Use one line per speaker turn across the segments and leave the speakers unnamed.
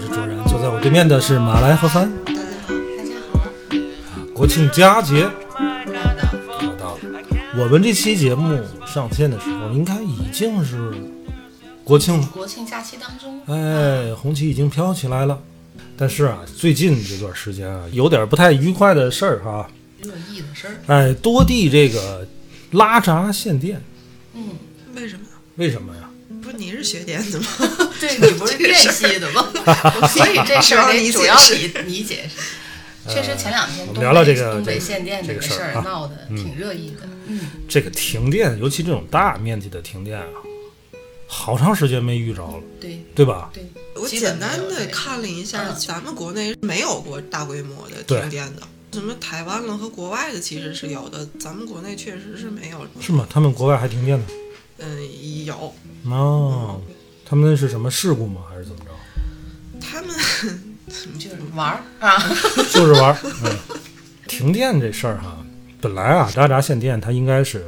是卓然，坐在我对面的是马来和帆。大家好，大家好。国庆佳节又到了，我们这期节目上线的时候，应该已经是国庆了。
国庆假期当中，
哎，红旗已经飘起来了。但是啊，最近这段时间啊，有点不太愉快的事儿、哈。
热议的事儿，
哎，多地这个拉闸限电，
为什么呢？
为什么呀？
不是你是学电 的吗？
对你不是电系 的吗？所以这事儿得主要你你解释。确实，前两天
呃
东
我们
北
聊聊这个
东
这
北
个
限电
这
个
个
事
事儿
儿
啊
闹得挺热议的。嗯，
这个停电，尤其这种大面积的停电啊，好长时间没遇着了，
对
对吧？
对，
我
基本
简
没有
单的
对
看了一下，
嗯
咱们国内没有过大规模的
对
停电的。什么台湾了和国外的其实是有的，咱们国内确实是没有。
是吗？他们国外还停电呢？
嗯，有。
哦，他们那是什么事故吗？还是怎么着？
他们
就是玩儿啊，
就是玩儿。 嗯，停电这事儿哈，本来啊，拉闸限电它应该是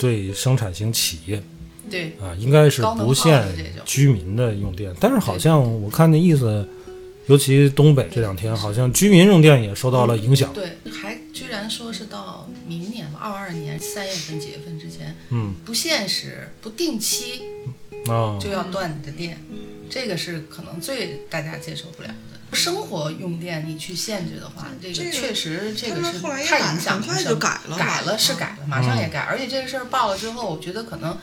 对生产型企业
对，
啊，应该是
高能
不
耗
限
的这种
居民的用电，但是好像我看那意思，尤其东北这两天，好像居民用电也受到了影响。
对，还居然说是到明年吧，二二年三月份几月份之前，
嗯
不限时、不定期
嗯
啊，
就要断你的电，这个是可能最大家接受不了的。生活用电你去限制的话，这
这
个
个
确实这个
他们
是
后来也
太
改
影响
很快
民
就
生
改了
改了
嘛
是改了，马上也改。而且这个事儿报了之后，我觉得可能。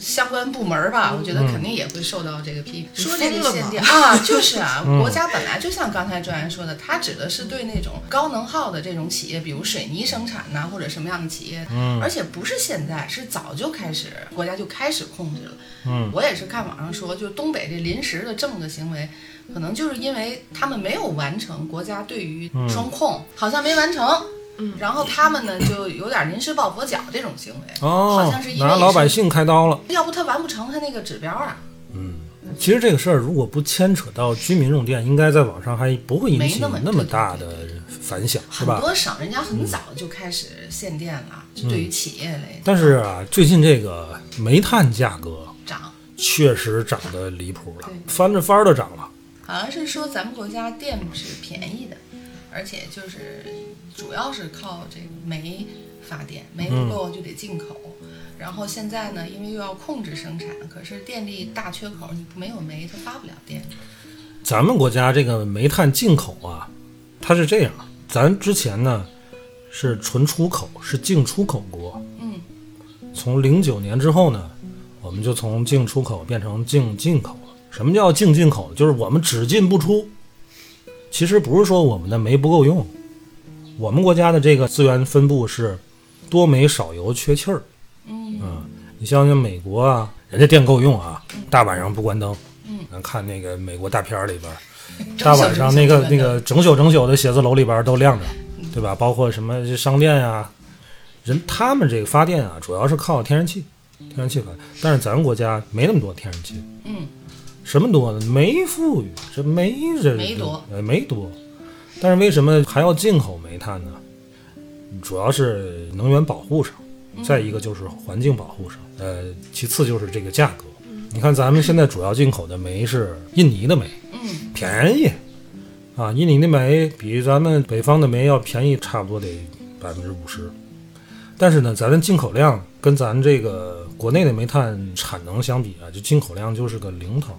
相关部门儿吧，我觉
嗯
得肯定也会受到这个批评。
说
这
疯
个
了
限
吗
电啊，就是啊，
嗯
国家本来就像刚才专员说的，它指的是对那种高能耗的这种企业，比如水泥生产呐、或者什么样的企业，
嗯
而且不是现在，是早就开始，国家就开始控制了。
嗯
我也是看网上说，就是东北这临时的这么个行为，可能就是因为他们没有完成国家对于
嗯
双控，好像没完成。嗯，然后他们呢就有点临时抱佛脚这种行为，
哦
好像是，因为
拿老百，姓开刀了。
要不他完不成他那个指标啊，
其实这个事儿如果不牵扯到居民用电，应该在网上还不会引
没
起
那么
那么大的反响，是
很
吧？嗯
多省人家很早就开始限电了，就对于企业类
但是啊，最近这个煤炭价格
涨，
确实涨得离谱了
对，
翻着番儿的涨了。
好像是说咱们国家电是便宜的，而且就是主要是靠这个煤发电，煤不
嗯
够就得进口。然后现在呢，因为又要控制生产，可是电力大缺口，你没有煤它发不了电。
咱们国家这个煤炭进口啊，它是这样，咱之前呢是纯出口，是净出口国。
嗯，
从零九年之后呢，我们就从净出口变成净进口了。什么叫净进口？就是我们只进不出。其实不是说我们的煤不够用，我们国家的这个资源分布是多煤少油缺气儿。嗯，你像像美国啊，人家电够用啊，大晚上不关灯。嗯，咱看那个美国大片儿里边儿，大晚上那个那个整宿整宿的写字楼里边儿都亮着，对吧？包括什么这商店呀、人他们这个发电啊，主要是靠天然气，天然气发。但是咱们国家没那么多天然气，
嗯，
什么多呢？煤富裕，这煤这
煤多，
呃，煤多。但是为什么还要进口煤炭呢？主要是能源保护上，
嗯
再一个就是环境保护上，呃，其次就是这个价格。你看咱们现在主要进口的煤是印尼的煤，
嗯，
便宜啊！印尼的煤比咱们北方的煤要便宜，差不多得百分之五十。但是呢，咱的进口量跟咱这个国内的煤炭产能相比啊，就进口量就是个零头。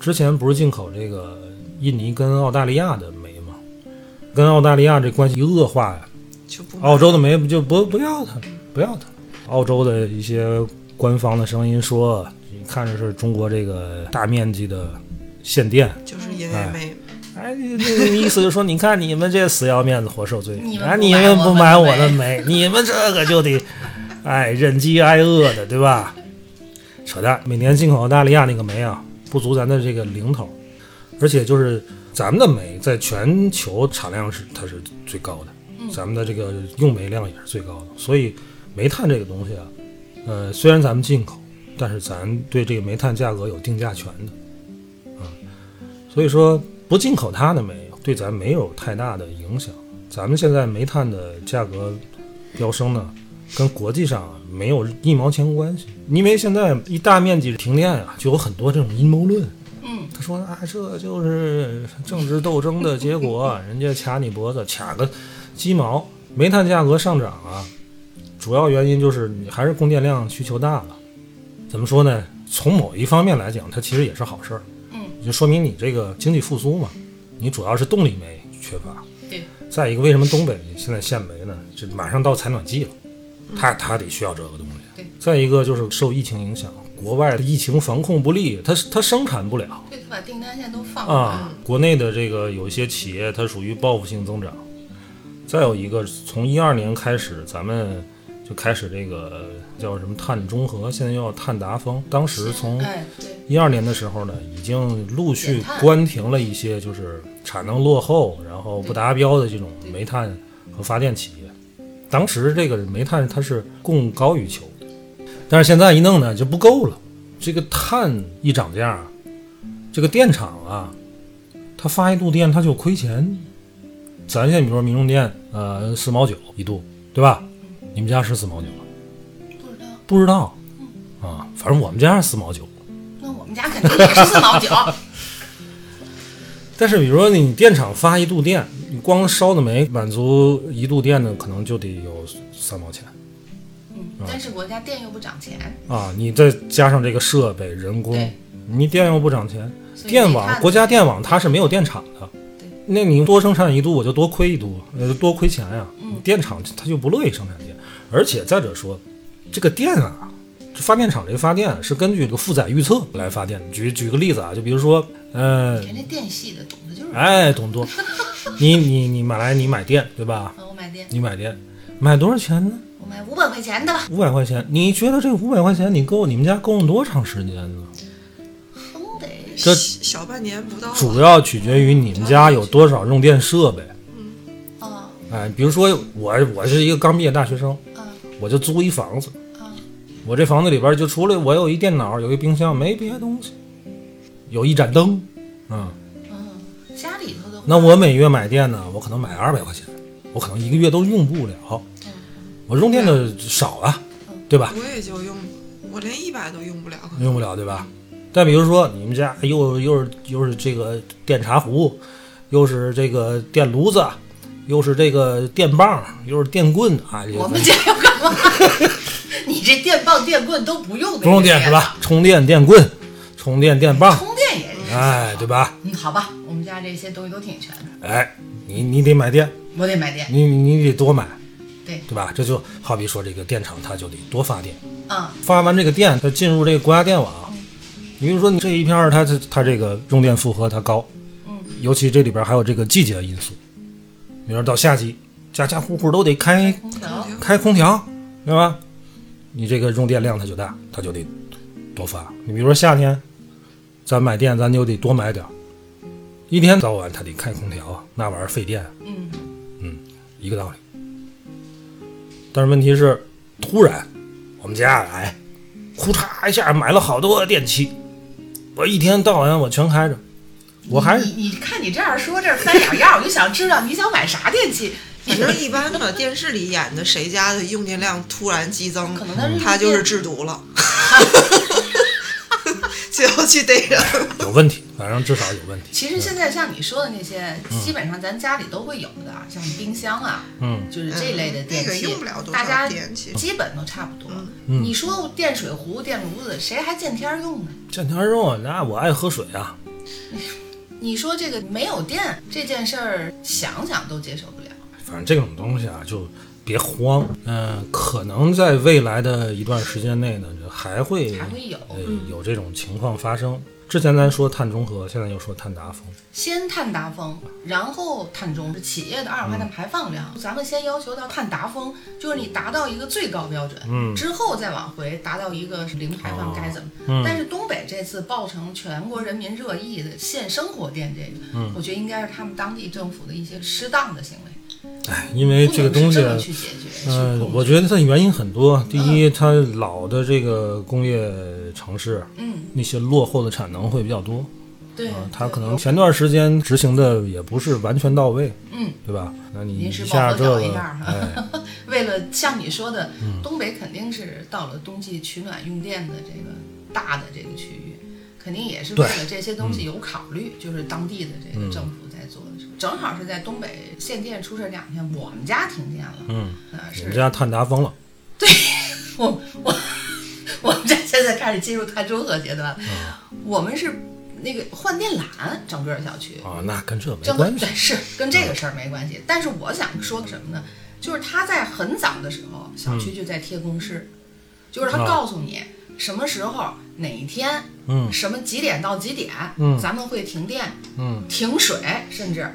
之前不是进口这个印尼跟澳大利亚的煤吗？跟澳大利亚这关系一恶化呀，
就不
澳洲的煤不就不不要它了，不要它了。澳洲的一些官方的声音说，你看着是中国这个大面积的限电，
就是因为
哎
没
哎，那个意思就是说，你看你们这死要面子活受罪，
你们
啊，
不
你
买
们
我
不
们
买
的
我的
煤
煤，你们这个就得，哎，忍饥挨饿的，对吧？扯淡！每年进口澳大利亚那个煤啊，不足咱的这个零头，而且就是咱们的煤在全球产量是它是最高的，
嗯
咱们的这个用煤量也是最高的，所以煤炭这个东西啊，呃，虽然咱们进口，但是咱对这个煤炭价格有定价权的，啊，所以说不进口它的煤对咱没有太大的影响。咱们现在煤炭的价格飙升呢，跟国际上没有一毛钱关系，因为现在一大面积停电啊，就有很多这种阴谋论。
嗯，
他说啊，这就是政治斗争的结果， 人家卡你脖子，卡个鸡毛。煤炭价格上涨啊，主要原因就是你还是供电量需求大了。怎么说呢？从某一方面来讲，它其实也是好事儿。
嗯，
就说明你这个经济复苏嘛，你主要是动力煤缺乏。
对，
再一个，为什么东北现在限煤呢？这马上到采暖季了，它它得需要这个东西。
嗯对
再一个就是受疫情影响，国外的疫情防控不力，它它生产不了
对，他把订单线都放了。
啊。国内的这个有一些企业，它属于报复性增长。再有一个，从一二年开始，咱们就开始这个叫什么碳中和，现在又要碳达峰。当时从
哎，对，
一二年的时候呢，已经陆续
减碳
关停了一些就是产能落后，然后不达标的这种煤炭和发电企业。当时这个煤炭它是供高于求，但是现在一弄呢就不够了。这个碳一涨价，这个电厂啊，它发一度电它就亏钱。咱现在比如说民用电，呃，四毛九一度，对吧？你们家是四毛九吗？
不知道。
不知道啊，反正我们家是四毛九。
那我们家肯定也是四毛九。
但是比如说你电厂发一度电，你光烧的煤满足一度电呢，可能就得有三毛钱
嗯，但是国家电又不涨钱，
啊！你再加上这个设备、人工
对，
你电又不涨钱，
所以
电
煤
网
炭
国家电网它是没有电厂的，那你多生产一度我就多亏一度，呃，多亏钱呀、
嗯
你电厂它就不乐意生产电，而且再者说，这个电啊，这发电厂这个发电是根据这个负载预测来发电的。举举个例子啊，就比如说，呃，
人家电系的懂的就是。
哎，董多，你你你买来你买电对吧？
嗯，我买电，
你买电买多少钱呢？
我买五百块钱的吧。
五百块钱。你觉得这五百块钱你够你们家够用多长时间呢？
都得
这
小小半年不到吧，
主要取决于你们家有多少用电设备。
啊
哎，比如说我我是一个刚毕业大学生，
啊
我就租一房子，
啊！
我这房子里边就除了我有一电脑，有一冰箱，没别的东西，有一盏灯，嗯。
嗯，家里头的话
那我每月买电呢，我可能买二百块钱，我可能一个月都用不了，
嗯
我用电的少啊，对吧？
我也就用，我连一百都用不了。
用不了对吧？但比如说你们家又又是又是这个电茶壶，又是这个电炉子，又是这个电棒，又是电棍啊，这个
我们家要干嘛？ 你这电棒、电棍都不用的，
不用电是吧？？充电电棍，充电电棒，
充电也是。
哎，对吧？
嗯，好吧，我们家这些东西都挺全的，
哎，你你得买电，
我得买电。
你你你得多买，
对
对吧？这就好比说这个电厂，它就得多发电。
嗯，
发完这个电，它进入这个国家电网。你比如说，你这一片儿它它它这个用电负荷它高，
嗯，
尤其这里边还有这个季节因素，比如说到夏季，家家户户都得开
空调
开空调，对吧？你这个用电量它就大，它就得多发。你比如说夏天，咱买电咱就得多买点儿，一天到晚它得开空调啊，那玩意儿费电，嗯嗯，一个道理。但是问题是，突然我们家哎，呼嚓一下买了好多电器，我一天到晚我全开着，我还是
你你看你这样说这翻眼样，我就想知道你想买啥电器。
反正一般吧，电视里演的谁家的用电量突然激增，
可能他是
他嗯就是制毒了， 就要去逮人。
有问题，反正至少有问题。
其实现在像你说的那些，基本上咱家里都会有的，像冰箱啊，
嗯，
就是这类的电
那个
器，
用不了多
大
少
家
电嗯器，
基本都差不多。你说电水壶、电炉子，谁还见天儿用呢？
蘸条肉，那我爱喝水啊，
你说这个没有电这件事儿，想想都接受不了。
反正这种东西啊，就别慌。嗯、可能在未来的一段时间内呢，就还会
还会有嗯
呃有这种情况发生。之前咱说碳中和，现在又说碳达峰，
先碳达峰，然后碳中，企业的二氧化碳排放
嗯
量，咱们先要求到碳达峰，就是你达到一个最高标准，
嗯哦嗯
之后再往回达到一个零排放该怎么。但是东北这次爆成全国人民热议的限生活店这个，
嗯
我觉得应该是他们当地政府的一些适当的行为，
哎，因为这个
不能
东
是
西
这，么去解决。
呃
去控，制
我觉得它原因很多。第一，它老的这个工业城市，
嗯，
那些落后的产能会比较多
对
啊，，它可能前段时间执行的也不是完全到位，
嗯，
对吧？那你一
临时
下
抱
这
佛脚一
个，
下哈
哎，
为了像你说的，东北肯定是到了冬季取暖用电的这个大的这个区域，肯定也是为了这些东西有考虑，就是当地的这个政府在做的时候，正好是在东北限电出事两天，我们家停电了，
嗯，
那
我们
是
家碳达峰了，
我我我们家现在开始进入碳中和阶段了，我们是那个换电缆，整个小区
啊，那跟 这没
真的
关系
对，。是跟这个事儿没关系。但是我想说什么呢？就是他在很早的时候，小区就在贴公示，就是他
啊
告诉你什么时候、哪一天、
嗯
什么几点到几点，
嗯
咱们会停电、
嗯，
停水，甚至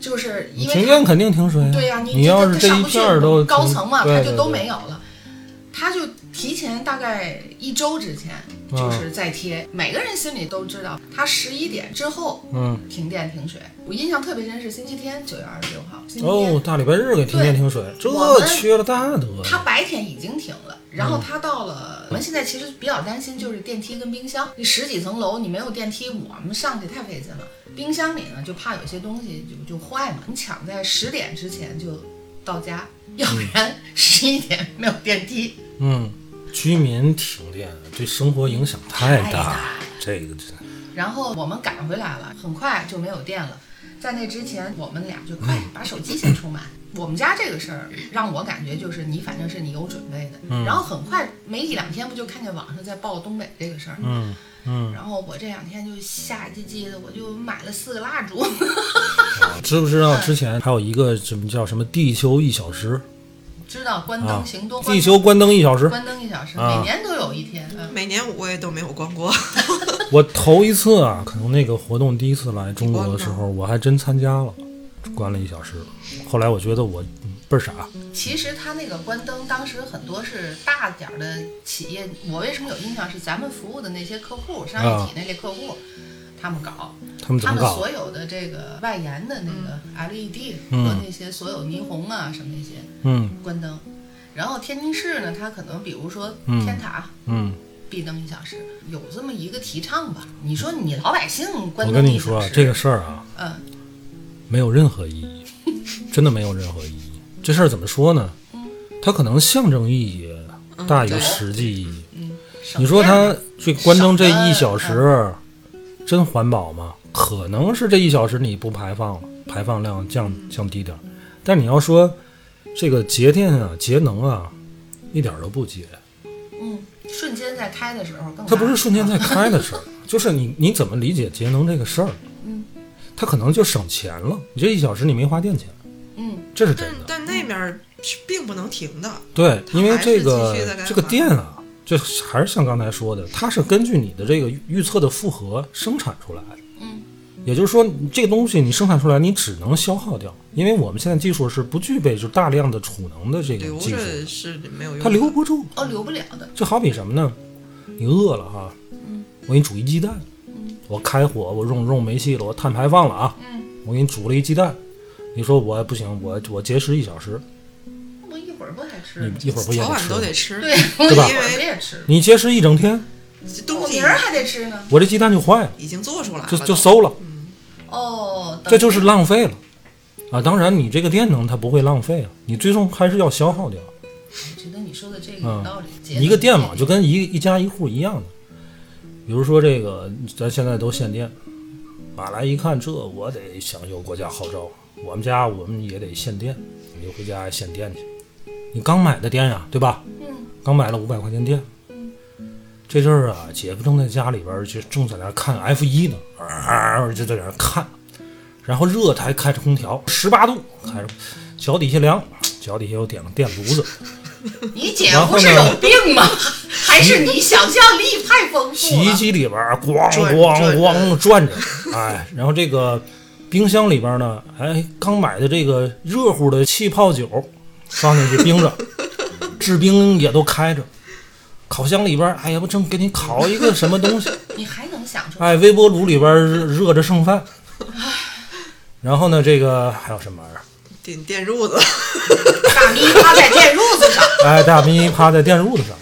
就是因为
停
他
电肯定停水、
对呀、
啊你
你
要
它
是
它
这
上
一
不去
片儿都
高
停
层嘛，
对
它
对
就都
对
没有了。他就提前大概一周之前，
嗯
就是在贴，每个人心里都知道，他十一点之后
嗯，
停电停水。我印象特别深是星期天，九月二十六号，星期天。
哦，大礼拜日给停电停水，这
我们
缺了大德了。
他白天已经停了，然后他到了，我们现在其实比较担心就是电梯跟冰箱，你十几层楼你没有电梯，我们上去太费劲了。冰箱里呢就怕有些东西就就坏嘛，你抢在十点之前就到家，要不然十一点没有电梯。
嗯，居民停电啊对生活影响太
太大
了，这个真
然后我们赶回来了，很快就没有电了。在那之前，我们俩就快把手机先充满。我们家这个事儿让我感觉就是你反正是你有准备的，
嗯
然后很快没一两天不就看见网上在报东北这个事儿，
嗯嗯，
然后我这两天就吓唧唧的，我就买了四个蜡烛，
知不知道之前还有一个什么叫什么地球一小时
知道关
啊
灯行动，？
地球关灯一小时，
关灯一小时，
啊
每年都有一天，嗯，
每年我也都没有逛 过，
我头一次啊，可能那个活动第一次来中国的时候，我还真参加了，关了一小时。后来我觉得我嗯倍儿傻，
其实他那个关灯，当时很多是大点儿的企业，我为什么有印象是咱们服务的那些客户，商业体那类客户，他们搞，
他们啊怎
他
么
们
搞？啊
所有的这个外延的那个 LED
嗯
和那些所有霓虹啊什么那些
嗯
关灯，然后天津市呢，它可能比如说
嗯
天塔。
嗯，
闭灯一小时，有这么一个提倡吧？你说你老百姓关
我
灯
跟你
一小
说啊
时
这个，事儿啊，
嗯，
没有任何意义，真的没有任何意义。这事儿怎么说呢？
嗯
它可能象征意义大于
对
实际意义。
省
你说
电
它
嘛
这关灯这一小时，真环保吗？可能是这一小时你不排放了，排放量降降低点儿。但你要说这个节电啊、节能啊，一点儿都不节。
嗯，瞬间在开的时候更
它不
大
是瞬间在开的事儿， 就是你你怎么理解节能这个事儿？
嗯
它可能就省钱了。你这一小时你没花电钱，
嗯，
这是真
但
的。
但那面儿是并不能停的，
对，
它
因为
还
这
是
个
继续在干
这个
嘛
电啊，这还是像刚才说的，它是根据你的这个预预测的负荷生产出来的。
嗯，
也就是说，你这个东西你生产出来，你只能消耗掉，因为我们现在技术是不具备就大量的储能的这个
留
技术
着
的，
是没有用的。
它留不住。
哦，留不了的。
就好比什么呢？你饿了哈，
嗯
我给你煮一鸡蛋，我开火，我用用煤气了，我碳排放了啊，
嗯
我给你煮了一鸡蛋，你说我不行，我我节食一小时，
我一会儿不还吃
你
呢？
一会儿不也
嗯早
得
晚
吃
都
吗？
得吃，
对，我一
吧
会儿不也吃？
你节食一整天，
冬
我
季
明儿还得吃呢。
我这鸡蛋就坏了。
已经做出来了
就
都，
就馊了，
哦，等
这就是浪费了啊！当然，你这个电能它不会浪费啊，你最终还是要消耗掉。
我觉得你说的这个有道理。节
嗯
能
一个电网就跟一一家一户一样的，比如说这个，咱现在都限电，马来一看这，我得享有国家号召，我们家我们也得限电，你就回家限电去。你刚买的电呀，对吧？
嗯，
刚买了五百块钱电。这阵儿啊，姐夫正在家里边儿就正在那儿看 F 一呢，啊，就在那儿看，然后热他还开着空调，十八度开着，脚底下凉，脚底下又点个电炉子，
你姐
然后
夫
呢
是有病吗？还是你想象力太丰
洗
富
衣
了？
机里边儿咣
转
咣
转
咣转着，哎，然后这个冰箱里边呢，哎，刚买的这个热乎的气泡酒放进去冰着，制冰也都开着，烤箱里边儿，哎呀，我正给你烤一个什么东西，
你还能想出来？
哎，微波炉里边儿热热着剩饭。然后呢，这个还有什么玩意儿？
电电褥子，
大咪趴在电褥子上，
哎，大咪趴在电褥子上。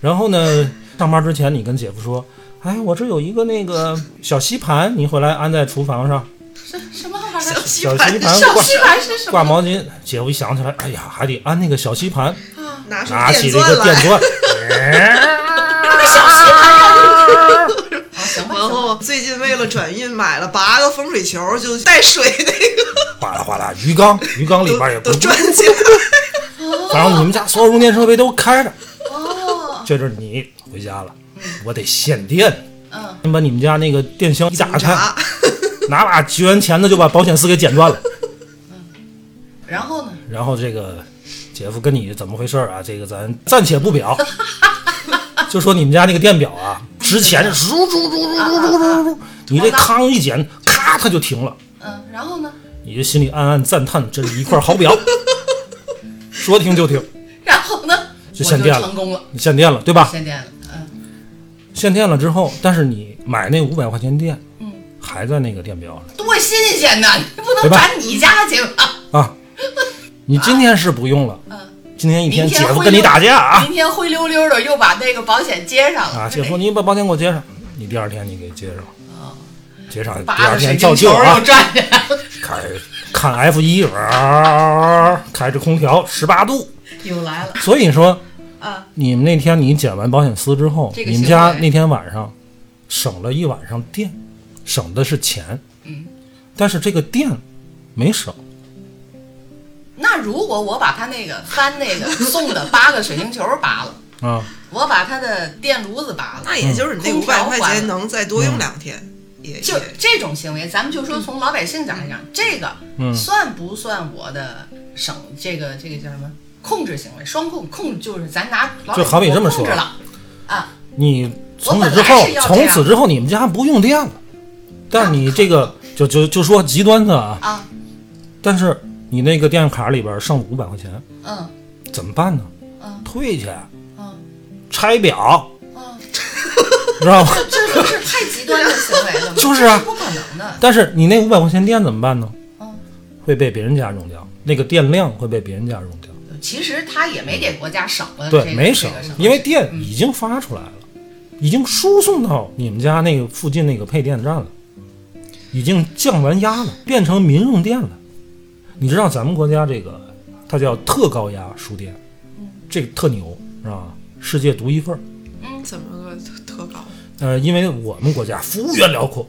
然后呢，上班之前你跟姐夫说，哎，我这有一个那个小吸盘，你回来安在厨房上，
什什么玩意儿？
吸
小吸
盘
盘
小
挂
吸盘是什么？
挂毛巾。姐夫一想起来，哎呀，还得安那个小吸盘，
拿出
拿起
电
这
钻
个电
来，
钻，
啊，行吧，
然
行吧
后最近为了转运买了八个风水球，就带水那个
哗啦哗啦，鱼缸鱼缸里边也
都
不
都转起
嗯
来，
反正你们家所有用电设备都开着。哦，这就是你回家了，我得限电。
嗯，
你把你们家那个电箱一打开，
啊，
拿把几元钱的就把保险丝给剪断了。
然后呢？
然后这个姐夫跟你怎么回事儿啊？这个咱暂且不表，就说你们家那个电表啊，值钱，嗖嗖嗖嗖嗖嗖嗖嗖，你这康一剪，咔它就停了，
嗯，然后呢？
你就心里暗暗赞叹，这是一块好表，说停就停，
然后呢？
就
我
限
就
电了
成功了，
限电了，对吧？
限电了。嗯，
限电了之后，但是你买那五百块钱电，
嗯，
还在那个电表上
多新鲜呐！你不
对
能
吧
转你家去吧？
啊。你今天是不用了，
嗯，
今天一天
明
姐
天
夫
会
跟你
用
打架啊
明天灰溜溜的又把那个保险接上了。
啊！姐
这
夫，你把保险给我接上，嗯你第二天你给接上，接上第
哦八
二
个水
天
晶
照
球
旧啊
又，转 去了。
开看 F 一，啊开着空调十八度，
又来了
所以说
啊！
你们那天你剪完保险丝之后，
这个
你们
行
家
为
那天晚上省了一晚上电，省的是钱，
嗯，
但是这个电没省。
那如果我把他那个翻那个送的八个水晶球拔了，
啊，
我把他的电炉子拔了，
那也就是你那
空
五百
调
块
换
钱
了
能再多
嗯
用两天，也
就
也嗯
这种行为，咱们就说从老百姓角度讲，这个
嗯
算不算我的省这个这个叫什么控制行为？双控控就是咱拿老百
就好比
姓
这么
我控制
说
了啊，
你从此之
我
后
本来是，要这
从
样
此之后你们家不用电了，但是你这个就就就说极端的啊，
啊，
但是你那个电卡里边剩五百块钱，
嗯
怎么办呢？
嗯
退去，啊
嗯
拆表，
嗯，
知道吗？
这不是太极端的行为了吗？
就是
这
啊
是不可能的。
但是你那五百块钱电怎么办呢？
嗯，
会被别人家用掉，那个电量会被别人家用掉。
其实他也没给国家省了嗯这个，
对，没省
这个省，嗯
因为电已经发出来了，已经输送到你们家那个附近那个配电站了，已经降完压了，变成民用电了。你知道咱们国家这个，它叫特高压输电，这个特牛是吧？世界独一份儿。
怎么个特高？
呃，因为我们国家幅员辽阔，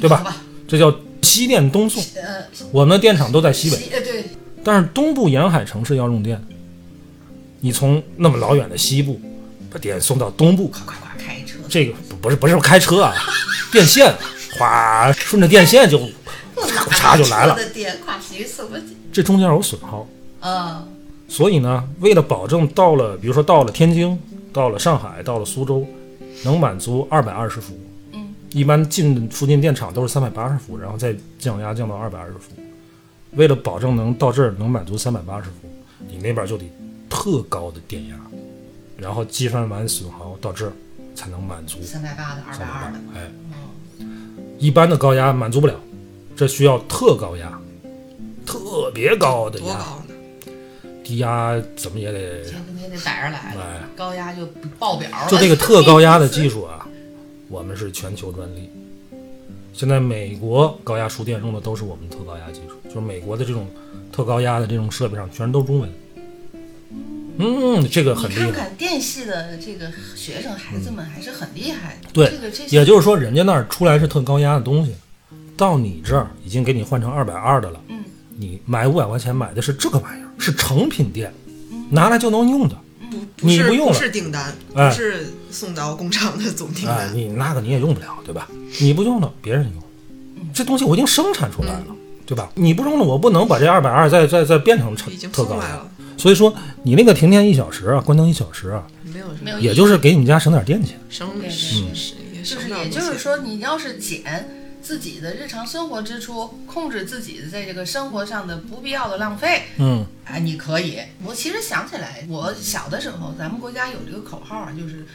对嗯吧？这叫西电东送，
呃
我们的电厂都在西北。
西呃对
但是东部沿海城市要用电，你从那么老远的西部把电送到东部，
夸夸开车，
这个不不是不是开车啊，电线哗顺着电线就嚓就来了，
的电跨骑什么？
这中间有损耗，嗯
呃
所以呢，为了保证到了，比如说到了天津，到了上海，到了苏州，能满足二百二十伏，
嗯，
一般进附近电厂都是三百八十伏，然后再降压降到二百二十伏。为了保证能到这儿能满足三百八十伏，你那边就得特高的电压，然后计算完损耗到这儿才能满足
三百八的二百二的，
哎，一般的高压满足不了，这需要特高压，特别高的
多
压，
高呢？
低压怎么也得，
这个也得逮着来
哎
了，高压就爆表了。
就这个特高压的技术啊，我们是全球专利。现在美国高压输电用的都是我们特高压技术，就是美国的这种特高压的这种设备上全是都中文。嗯，这个很
你
厉害
看。看电系的这个学生孩子们还是很厉害的。
对
这个这，些
也就是说，人家那儿出来是特高压的东西，到你这儿已经给你换成二百二的了。
嗯，
你买五百块钱买的是这个玩意儿，是成品电，拿来就能用的。
不，
你
是
不用了
是订单，
哎
不是送到工厂的总订
哎，
单。
你那个你也用不了，对吧？你不用了，别人用。这东西我已经生产出来了，对吧？你不用了，我不能把这二百二再再再变成成
已经
特
送
高
来
压
了。
所以说，你那个停电一小时啊，关灯一小时啊，
没有什么
没有意义，
也就是给你们家省点电钱。
省
对
省
对
嗯
省，也
就
省
是
不了
也
多
就是
少钱。
说，你要是减自己的日常生活支出，控制自己的在这个生活上的不必要的浪费，
嗯
哎，你可以。我其实想起来，我小的时候，咱们国家有这个口号啊，就是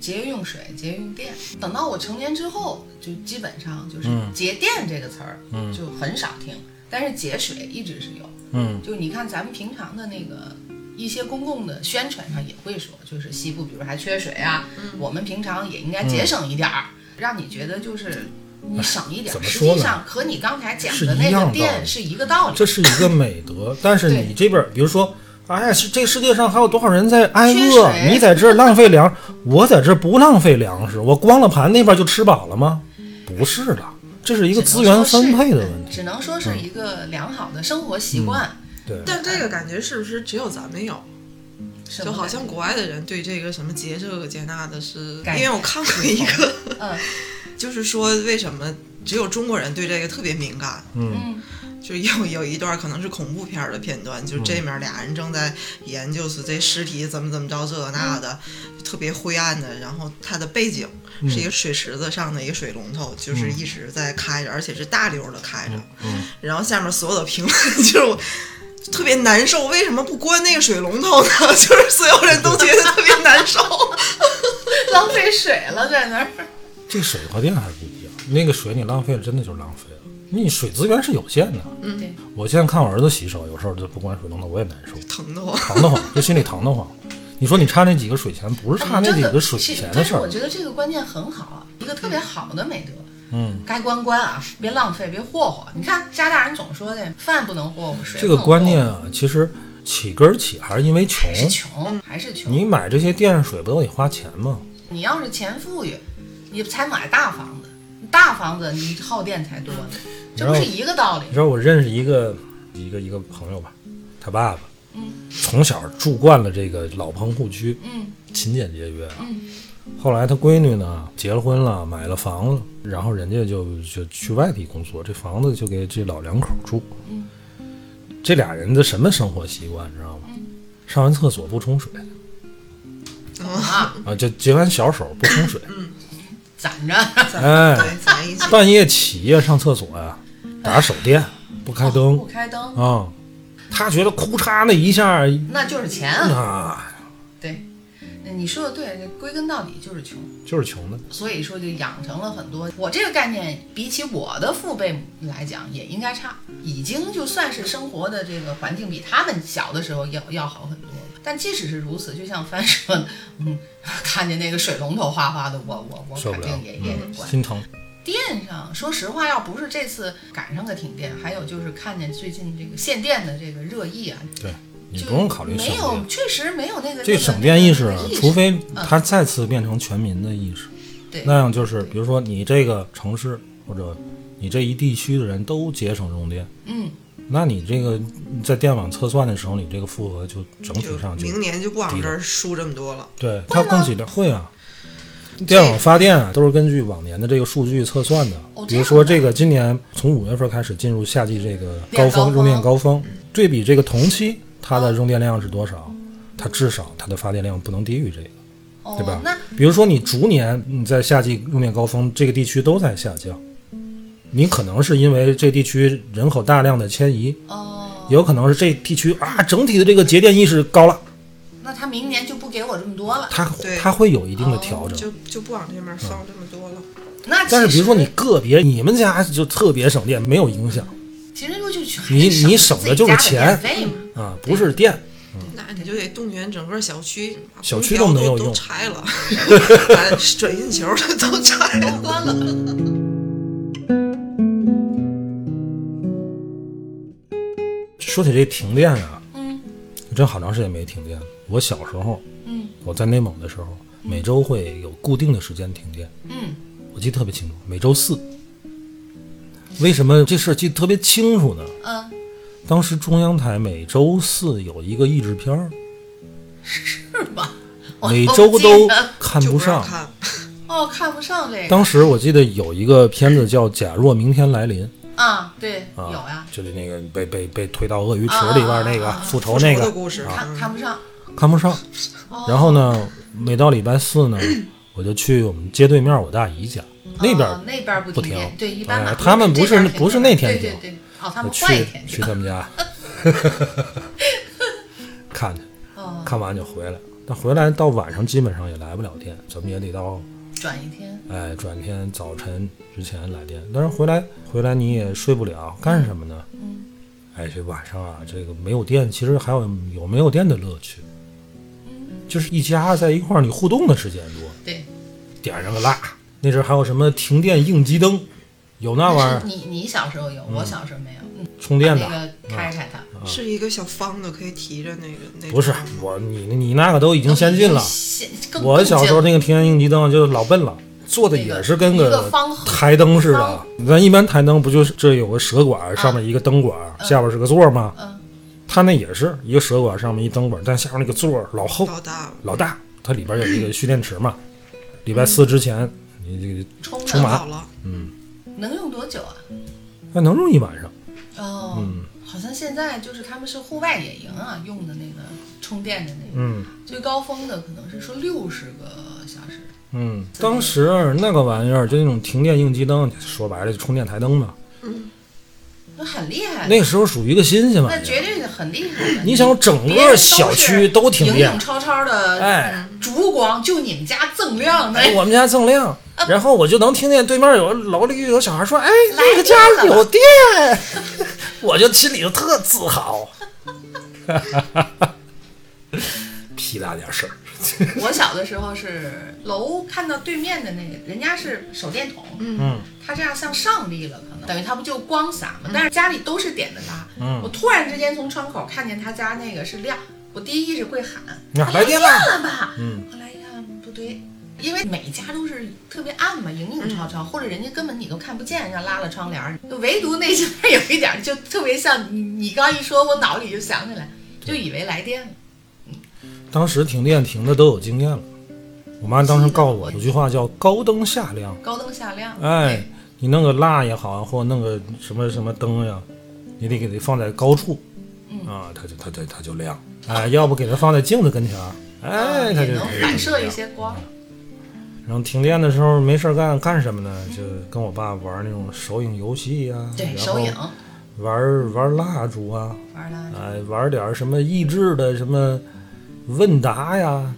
节约用水，节约用电。等到我成年之后，就基本上就是
嗯
“节电”这个词儿
嗯
就很少听，但是节水一直是有。
嗯
就你看咱们平常的那个一些公共的宣传上也会说，就是西部比如还缺水啊，
嗯
我们平常也应该
嗯
节省一点儿，让你觉得就是你省一点
哎
儿。
怎么
实
说
际
呢
上和你刚才讲
是
的
一
那
样道
个
理
电是一个道理。
这是一个美德，但是
对
你这边儿，比如说，哎呀，是这世界上还有多少人在挨饿
缺？水
你在这儿浪费粮，我在这儿不浪费粮食，我光了盘那边就吃饱了吗？不是的，这是一个资源分配的问题。嗯
只能说是一个良好的生活习惯，
对，
但这个感觉是不是只有咱们有？
是
就好像国外的人对这个什么节这个节那的是，
概
因为
念
我看过一个，
嗯
就是说为什么只有中国人对这个特别敏感，
嗯
就有有一段可能是恐怖片儿的片段，就是这面俩人正在研究是这尸体怎么怎么着这个那的，
嗯
特别灰暗的。然后它的背景是一个水池子上的一个水龙头，就是一直在开着，而且是大溜的开着。然后下面所有的评论 就是我。特别难受，为什么不关那个水龙头呢？ 就是所有人都觉得特别难受。
浪费水了在那儿。
这水和电还不一样，那个水你浪费了，真的就是浪费了。你水资源是有限的。嗯
对
我现在看我儿子洗手，有时候就不关水龙头，我也难受，
疼得慌。
疼得慌，就心里疼得慌。你说你差那几个水钱，不是差那
啊真
几
的
个水
是
钱的
但是
事儿
我，觉得这个观念很好，啊一个特别好的美德。
嗯，
该关关啊，别浪费，别霍霍。你看家大人总说的，饭不能霍霍，水
这
不
个
能霍霍
观念啊，其实起根儿起还是因为穷
还。是穷，还是穷。
你买这些电水不都得花钱吗？
你要是钱富裕，你才买大房子，大房子你耗电才多呢，
嗯
这不是一个道理
你。知道我认识一个一个一个朋友吧，他爸爸，从小住惯了这个老棚户区，
嗯，
勤俭节约啊。后来他闺女呢结了婚了，买了房子，然后人家就就去外地工作，这房子就给这老两口住。这俩人的什么生活习惯，你知道吗？上完厕所不冲水
啊，
啊，就结完小手不冲水，
攒着。
哎，
咱一起
半夜起夜上厕所呀、打手电不开灯
不开灯，
啊、他觉得哭嚓那一下
那就是钱啊。
啊，
对，那你说的对，这归根到底就是穷。
就是穷的。
所以说就养成了很多。我这个概念比起我的父辈来讲也应该差，已经就算是生活的这个环境比他们小的时候要要好很多。但即使是如此，就像帆说的，嗯，看见那个水龙头哗哗的，我我我
受不
肯
了嗯
定哎也也得关。
心疼。
电上，说实话，要不是这次赶上个停电，还有就是看见最近这个限电的这个热议啊，
对你
就
不用考虑省
没有，
电，
确实没有那个
这
那个
省电意识啊
那个，
除非它再次变成全民的意识，
嗯对
那样就是比如说你这个城市或者你这一地区的人都节省用电，
嗯，
那你这个在电网测算的时候，你这个负荷就整体
就
上就
明年就不往
低
这
了
儿输这么多了。
对，它更紧张，会啊。电网发电啊，都是根据往年的这个数据测算的。
哦
比如说，这个今年从五月份开始进入夏季这个
电
高
高
峰
峰嗯
用电高峰，对比这个同期它的用电量是多少，它至少它的发电量不能低于这个，
哦
对吧
那？
比如说你逐年你在夏季用电高峰，这个地区都在下降，你可能是因为这地区人口大量的迁移，
哦，
也有可能是这地区啊整体的这个节电意识高了，
那他明年就不给我这么多了。
它
对
它会有一定的调整。
就就不往这面放这么多了。
那哦其
但是比如说
实
你个别，你们家就特别省电，没有影响
其实就去
你你省的就是钱
自己家的电费嘛。
啊，不是电，
那你就得动员整个嗯小区，把
小区
空
都
调
没有
都
用
拆 了，把转运球的都拆 了。
关了，
说起这停电啊，嗯，真好长时间没停电了。我小时候，嗯，我在内蒙的时候，每周会有固定的时间停电，
嗯，
我记得特别清楚，每周四。为什么这事儿记得特别清楚呢？
嗯，
当时中央台每周四有一个译制片儿，
是吧？
每周都 看
就
不
不让
上。
看，
哦，看不上这个
当时我记得有一个片子叫《假若明天来临》，
啊，对，
啊，
有呀，
就是那个被被被推到鳄鱼池里边那个
啊啊啊啊
复仇
复仇
那
的
个
故事，
看看不上，
看不上。然后呢，每到礼拜四呢，我就去我们街对面我大姨家，嗯那边
哦那边儿不
不
停
停
电，对，一般
哎
马路
他们不
这边
是
儿停
不是
电
那天
对
停
对对，哦，他们换一
去
天
去
停，
他们家 看去，
哦，
看完就回来。但回来到晚上基本上也来不了店，怎么也得到
转一天，
哎转天早晨之前来店。但是回来回来你也睡不了，干什么呢？哎，这晚上啊，这个没有电，其实还有有没有电的乐趣，就是一家在一块儿你互动的时间多，
对，
点上个蜡。那阵儿还有什么停电应急灯，有那玩意
但是
儿
你你小时候有，我小时候没有，嗯，
充电啊的
把。那个开开它，
是一个小方的，可以提着那个那种
不是我，你你那个都已经先进了。
先更
我小时候
更
那个停电应急灯就老笨了，做的也是跟
那个一个方盒
台灯似的
方。
咱一般台灯不就是这有个蛇管，上面一个灯管，下边是个座儿吗？
啊嗯
它那也是一个蛇管，上面一灯管，但下面那个座儿老厚
老大了，
老大，它里边有一个蓄电池嘛。
嗯
礼拜四之前你这个
充
充
满
满
好了，
能用多久啊？
那能用一晚上。
哦，
嗯
好像现在就是他们是户外野营啊用的那个充电的那个，
嗯
最高峰的可能是说六十个小时，
嗯，当时那个玩意儿就那种停电应急灯，说白了就充电台灯嘛。
那很厉害，
那时候属于一个新鲜玩意
哎那
儿。
绝对是很厉害的。
你想整
别人
个
都
小区
是
都停
影
电
影，绰绰的
哎，
烛光，就你们家锃亮的。
哎， 我们家锃亮，然后我就能听见对面有楼里有小孩说：“哎，那个家有电。” 我就心里就特自豪， 屁大点事儿，
我小的时候是楼看到对面的那个人家是手电筒，
嗯，
他这样向上立了，可能等于他不就光洒嘛，但是家里都是点的蜡。嗯，我突然之间从窗口看见他家那个是亮，我第一意识会喊
啊来电了
了吧？嗯，后来一看不对。因为每家都是特别暗嘛，影影绰绰，或者人家根本你都看不见，人家拉了窗帘儿，就唯独那家有一点儿就特别像你，你刚一说，我脑里就想起来，就以为来电了。
当时停电停的都有经验了。我妈当时告诉我有句话叫“高灯下亮
高灯下亮”，，
哎，你弄个蜡也好，啊或弄个什么什么灯呀，你得给它放在高处，
嗯
啊，它就它它它就亮，哎，要不给它放在镜子跟前儿，哎，它
嗯也
就
能
它就
反射
亮哎
一些光。
然后停电的时候没事儿干干什么呢？就跟我爸玩那种手影游戏呀、
对，
然
手
后
影
玩玩蜡烛啊，
玩的，
哎，玩点儿什么益智的什么问答呀、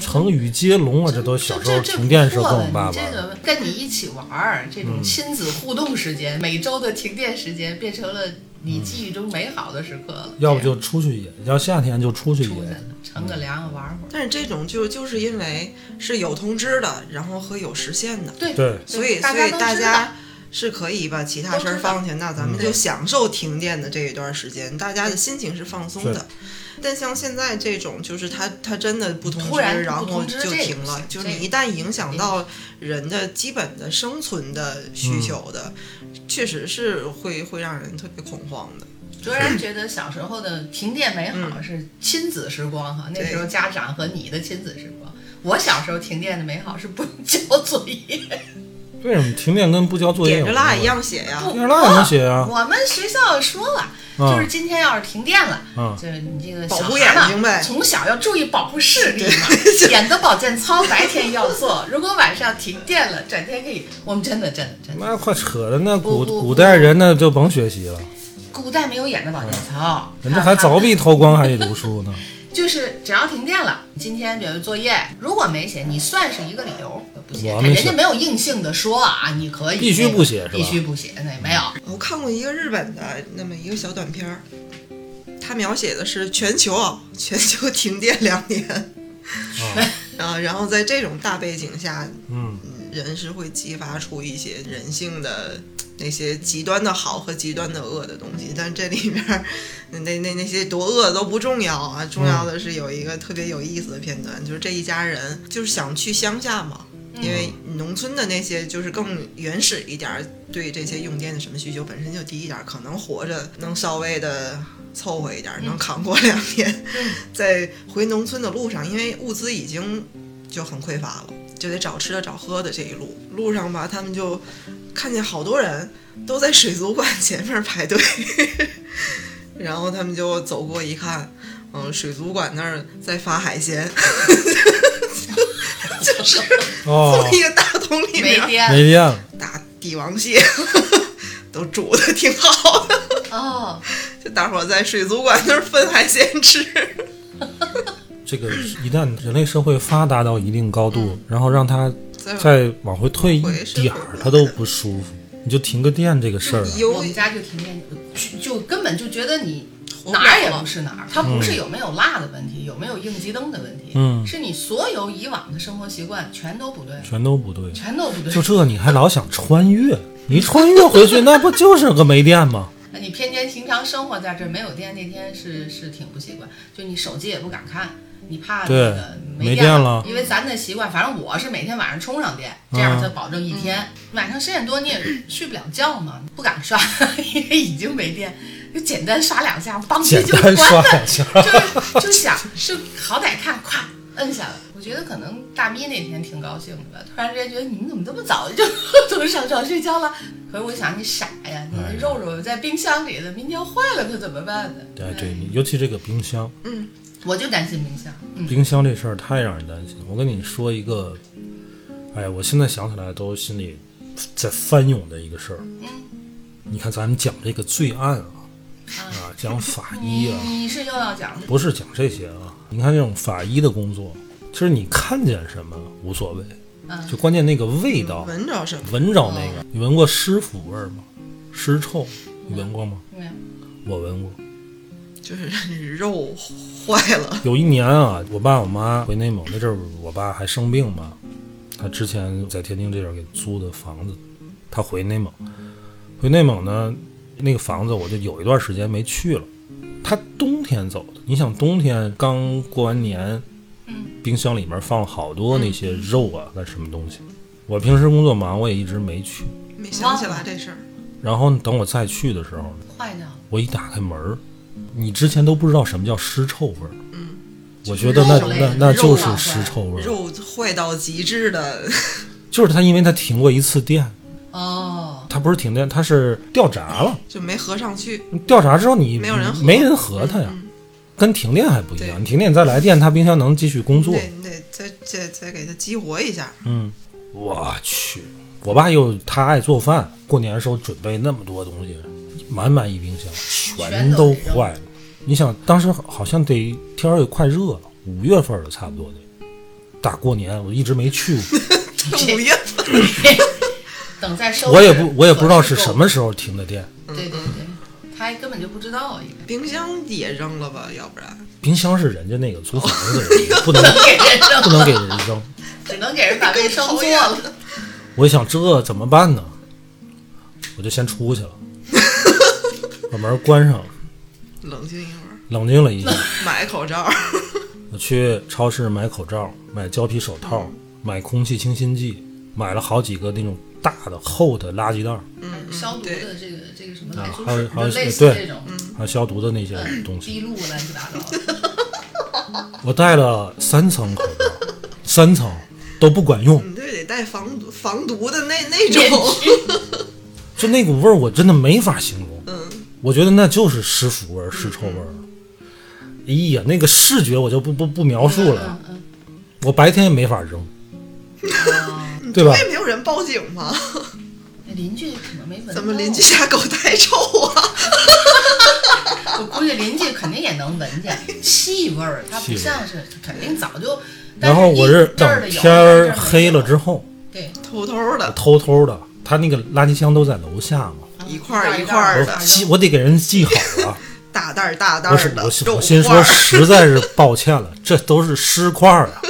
成语接龙啊，这都小时候停电时候跟我爸嗯
你这
玩的。
个跟你一起玩儿，这种亲子互动时间，每周的停电时间变成了你记忆中美好的时刻了。
嗯要不就出去野，要夏天就嗯出去
出去
野。
乘个凉玩会儿。
但是这种就就是因为是有通知的，然后和有实现的，
对
对
所以
大
所以
都
大
知
家
道。
是可以把其他
都
事儿
知道
放下，那咱们就享受停电的这一段时间，大家的心情是放松
是
的。但像现在这种，就是它它真的不通
突
知，
然
然
不
后
通知
就
这个
停
不
了
行。
就
这
你
个
一旦影响到人的基本的生存的需求的，确实是会会让人特别恐慌的。
卓
嗯
然觉得小时候的停电美
嗯
好是亲子时光哈，那时候家长和你的亲子时光。我小时候停电的美好是不用 交作业，
为什么停电跟不交作业
点
有
着
关
蜡一？样写呀，
不
点着蜡也能写啊。
哦我们学校说了，
嗯
就是今天要是停电了，
嗯
就是你这个
保
小
护
孩嘛
眼睛呗
从小要注意保护视力嘛。眼的保健操白天要做，如果晚上停电了，整天可以。我们真的真的真的，
那快扯的，那古
不不
古代人那就甭学习了，
古代没有眼的保健操，
嗯人家
他
还
他
凿壁偷光还得读书 呢。
就是只要停电了，今天比如作业如果没写，你算是一个理由不写
我，没
人
写
家没有硬性的说啊，你可以
必须
那个
不写是吧
必须不写，那 没有。
我看过一个日本的那么一个小短片儿，它描写的是全球啊，全球停电两年， 啊，然后在这种大背景下，
嗯，
人是会激发出一些人性的那些极端的好和极端的恶的东西，但这里面儿那那那些多恶都不重要啊，重要的是有一个特别有意思的片段，就是这一家人就是想去乡下嘛。因为农村的那些就是更原始一点儿，对这些用电的什么需求本身就低一点儿，可能活着能稍微的凑合一点儿，能扛过两年。在回农村的路上，因为物资已经就很匮乏了，就得找吃的找喝的这一路。路上吧，他们就看见好多人都在水族馆前面排队， 然后他们就走过一看，嗯，水族馆那 儿在发海鲜，就是
哦
这么一个大桶桶里
没
面儿
电
没电了，
打帝王蟹，都煮的挺好的，
哦，
就大伙儿在水族馆那儿分海鲜吃。
这个一旦人类社会发达到一定高度，
嗯
然后让它再往回退一点儿，它都不舒服。你就停个电这个事儿啊，
由
我
于
们家就停电，就就根本就觉得你
活不了
哪儿也不是哪儿，它不是有没有蜡的问题，有没有应急灯的问题，
嗯
是你所有以往的生活习惯全都不对，
全都不对。
全都不对
就，这你还老想穿越？你穿越回去那不就是个没电吗？
那你偏偏平常生活在这儿没有电那天是是挺不习惯，就你手机也不敢看，你怕那
对
个
没
没
电了
了，因为咱的习惯，反正我是每天晚上充上电，这样
嗯
才保证一天。晚上十点多你也睡不了觉嘛，不敢刷， 因为已经没电，就简单刷两下，梆叽
简
就
单刷
关了，
两下。
就是就想是好歹看，咵摁下了。我觉得可能大咪那天挺高兴的吧，突然之间觉得你们怎么这么早就 都上床睡觉了？可是我想你傻
哎
呀，你那肉肉在冰箱里的，明天坏了可怎么办呢？
对对，你尤其这个冰箱，
我就担心冰箱，嗯，
冰箱这事儿太让人担心了。我跟你说一个，哎呀，我现在想起来都心里在翻涌的一个事儿。
嗯
你看，咱们讲这个罪案啊，
嗯
啊，讲法医啊，
你是又要讲
不是讲这些啊。你看这种法医的工作，其实你看见什么无所谓，
嗯
就关键那个味道，
闻着什么？
闻着那个。你闻过尸腐味儿吗？尸臭，你闻过吗？
没有？
我闻过。
就是肉坏了，
有一年啊，我爸我妈回内蒙那阵儿，我爸还生病嘛，他之前在天津这边给租的房子，他回内蒙，回内蒙呢，那个房子我就有一段时间没去了。他冬天走的，你想冬天刚过完年，冰箱里面放了好多那些肉啊，那什么东西。我平时工作忙，我也一直没去。
没想起来这事儿。
然后等我再去的时候，
坏掉了，
我一打开门儿，你之前都不知道什么叫尸臭味儿。嗯，我觉得
肉
那
类
那
的
那
肉
就是
啊
尸臭味儿，
肉坏到极致的，
就是它，因为它停过一次电，
哦，
它不是停电，它是掉闸了。
就没合上去。
掉闸之后你
没有人合
没人合它呀，跟停电还不一样。
对
你停电再来电，它冰箱能继续工作。
对，你得再再再给它激活一下。
嗯，我去，我爸又他爱做饭，过年的时候准备那么多东西，满满一冰箱，全都坏了。你想，当时好像得天儿也快热了，五月份了，差不多得。大过年我一直没去过，
五月份
等再收拾，
我也不我也不知道是
可能
什
够
么时候停的电。
了，对对对，他还根本就不知道，应该
冰箱也扔了吧，要不 然
冰箱是人家那个租房子的人，不能
给人扔
不能给人扔。
只能给人把卫 生做了，
我一想这怎么办呢？我就先出去了， 把门关上了，
冷静一会儿，
冷静了一下。
买口罩。
我去超市买口罩，买胶皮手套，买空气清新剂，买了好几个那种大的厚的垃圾袋儿，
消毒
嗯对
的这个这个什么
啊
来说
还有
是
还有
类似
对
这种
还有消毒的那些东西。
滴露乱七八糟的，
我戴了三层口罩， 三层都不管用，
你这得带防毒防毒的那那 种，
就那股味儿我真的没法形容。我觉得那就是尸腐味儿、尸臭味儿。哎呀，那个视觉我就不不不描述了，我白天也没法 扔，对吧？
也没有人报警吗？
那邻居可能没闻到。啊
咱们邻居？家狗太臭啊！
我估计邻居肯定也能闻见气味儿，它不像是肯定早就。
然后我
是
是等天儿黑了之
后，
后，
对，
偷偷的，
偷偷的，他那个垃圾箱都在楼下嘛，
一块儿
一
一
袋
块
儿
儿
我
的，
记我得给人记好 了。
大袋儿大袋
我嗯是
儿的
我是
肉
我心
块
说
儿
实在是抱歉了， 这都是尸块儿啊，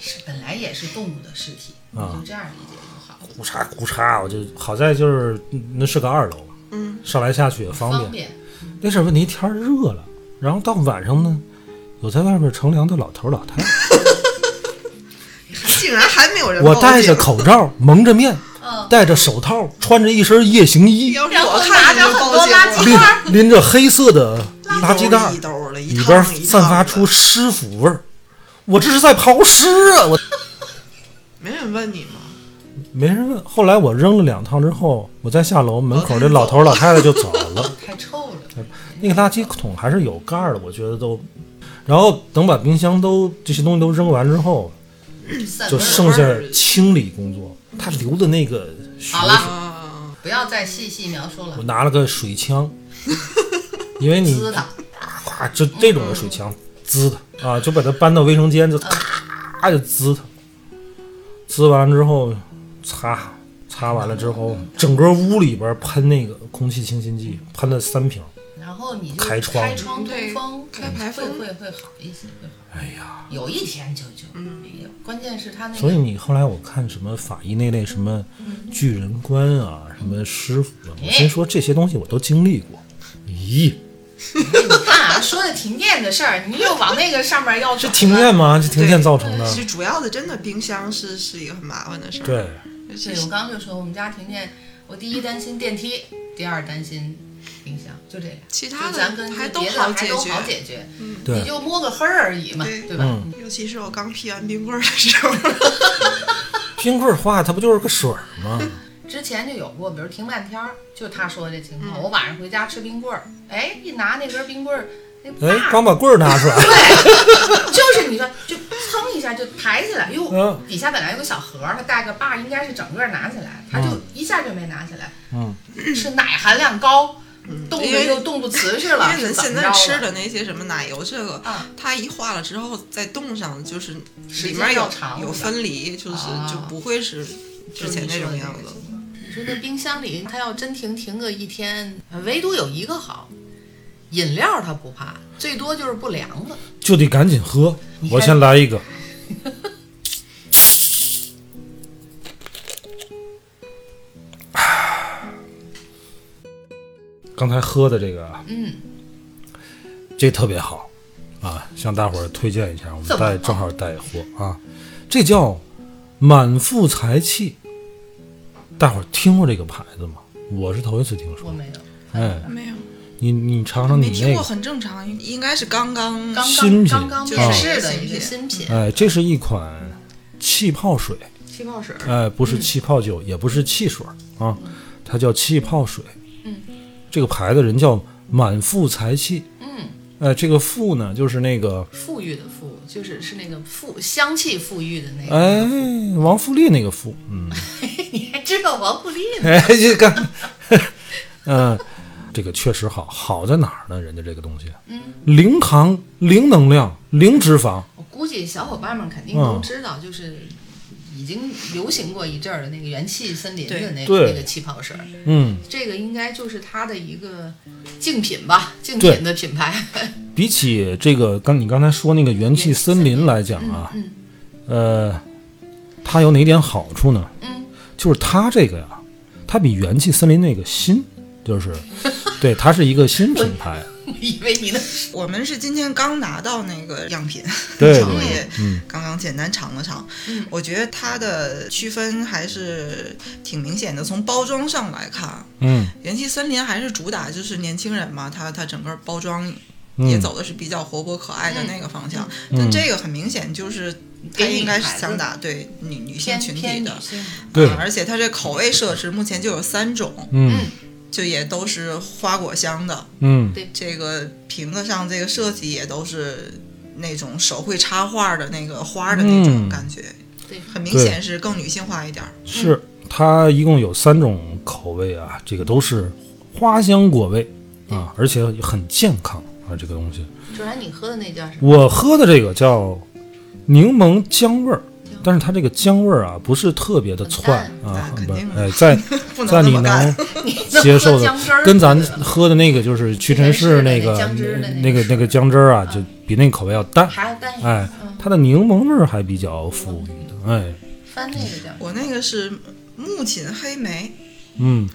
是本来也是动物的尸体，你
啊
就这样理解就好了，
咕嚓咕嚓，我就好在就是嗯那是个二楼，嗯，上来下去也方
方
便。
便。
那是问题天儿热了，然后到晚上呢，有在外面乘凉的老头儿老 太太。
竟然还没有人报
我
警。
戴着口罩，蒙着面，戴着手套，穿着一身夜行衣，
要是
然后
我
拿
看
着
见就
很
报
多
警
垃圾
了。
拎拎着黑色的垃圾袋儿
一，兜了，一
里
趟
边
一
散
趟
发
的
出尸腐味儿。我这是在刨尸啊！我
没人问你吗？
没人问。后来我扔了两趟之后，我再下楼，门口这老头儿老太太就走了。
太臭了，
那个垃圾桶还是有盖儿的，我觉得都。然后等把冰箱都这些东西都扔完之后，
散
就
味儿
剩下清理工作。他流的那个血
好了
水，
哦
不要再细细描述了
我，拿了个水 枪，因为你
滋的。嗯
咔就这种的水枪滋它啊，就把它搬到卫生间就咔就滋它，滋完之后擦擦完了之后，整个屋里边喷那个空气清新剂，喷了三瓶。
然后你就
开窗
开窗通风，嗯
对开排风
会会会好一些，会好。
哎呀，
有一天就就
嗯
没有，关键是他那
所以
个
你后来我看什么法医那类什么巨人观啊，什么师傅啊，我心说这些东西我都经历过。咦，
你看啊，说的停电的事儿，你又往那个上面要
这
转了
停电？吗？这停电造成的
其。实主要的真的冰箱是是一个很麻烦的事儿。
嗯对，
是，
对，我刚刚就说我们家停电，我第一担心电梯，第二担心冰箱，就这俩。
其他的
就咱跟
还
别
都
的
好
还
解
都
决嗯
好解决，
对
你就摸个黑儿而已嘛，
对
对吧？
嗯
尤其是我刚劈完冰棍儿的时候，
冰棍儿化它不就是个水儿 吗？
之前就有过，比如停半天儿，就他说的这情
嗯
况。我晚上回家吃冰棍儿，哎，一拿那根冰棍儿，那
哎，
把
刚把棍儿拿出来，
就是你说就蹭一下就抬起来，哟，
嗯
底下本来有个小盒儿，它带个把儿，应该是整个拿起来，他就一下就没拿起来。
嗯，
是奶含量高，冻
嗯因为
着又冻不瓷实了，
因为
嗯是
咱现
怎么
在
着
吃
了
的那些什么奶油，这个、
啊
它一化了之后再冻上，就是
时
里
间
面
要
有
长
有
是吧
分离，就是、
啊
就不会是之前那种样子。
你说那冰箱里它要真停停个一天，唯独有一个好，饮料它不怕，最多就是不凉了。
就得赶紧喝。
你
我
看
先来一个， 刚才喝的这个，嗯，这特别好啊，向大伙儿推荐一下，我们
怎么
带
了
正好带货啊，这叫满腹才气。大伙儿听过这个牌子吗？我是头一次听
我
说。
没有，
哎，
没有，
你你尝尝
没
你
听
那
过，
个，
很正常，应该是刚刚
刚
新
刚
品
刚刚
就
面
是
世的
新
一个
品
新品
哎，这是一款气泡水。
气泡水，
哎，不是气泡酒，也不是汽水儿啊，它叫气泡水。嗯，这个牌子人叫满腹才气。嗯，哎，这个腹呢，就是那个
馥郁的馥，就是是那个馥香气馥郁的那个。
哎，王富利那个富。嗯，
你还知道王富利呢？
哎，这个，嗯、这个确实好，好在哪儿呢？人家这个东西，嗯，零糖、零能量、零脂肪，
我估计小伙伴们肯定都
嗯
知道，就是已经流行过一阵儿的那个元气森林的那
对
那个气泡水儿，
嗯，
这个应该就是它的一个竞品吧，竞品的品牌。
比起这个刚你刚才说那个元气森林来讲啊，呃，它有哪点好处呢？
嗯，
就是它这个呀、它比元气森林那个新，就是 对，它是一个新品牌，
我以为你的
我们是今天刚拿到那个样品，
对
尝了
对
也
嗯
刚刚简单尝了尝。
嗯
我觉得它的区分还是挺明显的，从包装上来看，
嗯
元气森林还是主打就是年轻人嘛，它它整个包装
嗯
也走的是比较活泼可爱
嗯
的那个方向。但这个很明显就是它应该是想打对女女性
偏
群体
偏女
的。
性，
对
啊而且它这口味设置目前就有三种，
嗯
就也都是花果香的。
嗯
这个瓶子上这个设计也都是那种手绘插画的那个花儿的那
嗯
种感觉，
对
很明显是更女性化一点儿。
是它一共有三种口味啊，这个都是花香果味啊，而且很健康啊，这个东西。
卓然，你喝的那叫什么？
我喝的这个叫柠檬姜味儿，但是它这个姜味儿啊，不是特别的窜
嗯
啊，
很
很淡
淡那肯定。的
哎， 在
不
在
能这
你
么干
能接受
姜
的
汁儿，
跟咱
对吧
喝的那个 就是屈臣氏那个
屈臣氏的那姜汁儿的那个嗯
那个那个姜汁儿啊，就比那口味要淡。
还要淡一点。
哎，它的柠檬味儿还比较富裕的。哎，
翻那个叫
我那个是木槿黑莓，
嗯，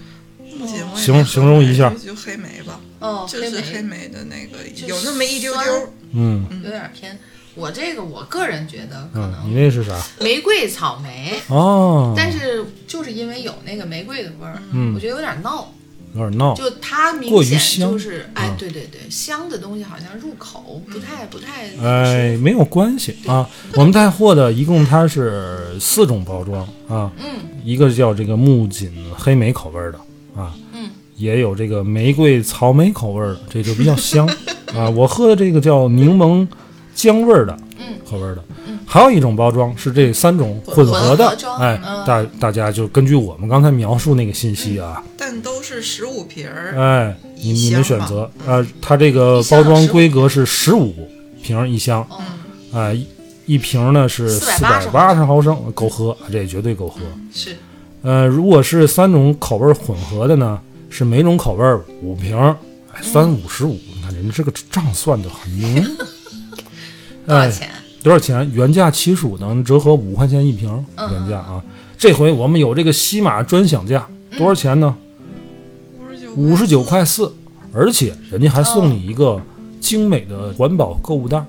木槿我也
形
没
形容一下
就就黑莓吧，
哦，
就是黑
莓，
莓的那个，
就是
有那么一丢
酸
丢。
嗯，
有点偏。我这个我个人觉得可
嗯，你
能
那是啥？
玫瑰草莓，
哦，
但是就是因为有那个玫瑰的味儿，
嗯
我觉得有点闹，
有点闹。
就它明
过于
显
香
就是哎
啊，
对对对，香的东西好像入口
嗯
不太不太
哎，没有关系啊。我们带货的一共它是四种包装啊，嗯，一个叫这个木槿黑莓口味儿的啊，嗯，也有这个玫瑰草莓口味儿的，这就比较香啊。我喝的这个叫柠檬姜味儿的，嗯，口味儿的，
还有一种包装是这三种混合
混
的
合装，
哎，
嗯
大大家就根据我们刚才描述那个信息啊，
嗯
但都是十五瓶
嗯
儿，
哎，你你们
一箱
选
吧
择，呃，它这个
一箱
包装
15
规格是十五瓶一箱，
嗯，
啊，一一瓶呢是四百
480
八十毫升，够喝，这绝对够喝。
是
呃，如果是三种口味混合的呢，是每种口味五瓶，哎三五十五，你看人这个账算的很 明。
多少
哎，
钱？
多少钱？原价七十五，能折合五块钱一瓶，
嗯
原价啊。这回我们有这个西马专享价，多少钱呢？五十九块四，而且人家还送你一个精美的环保购物袋，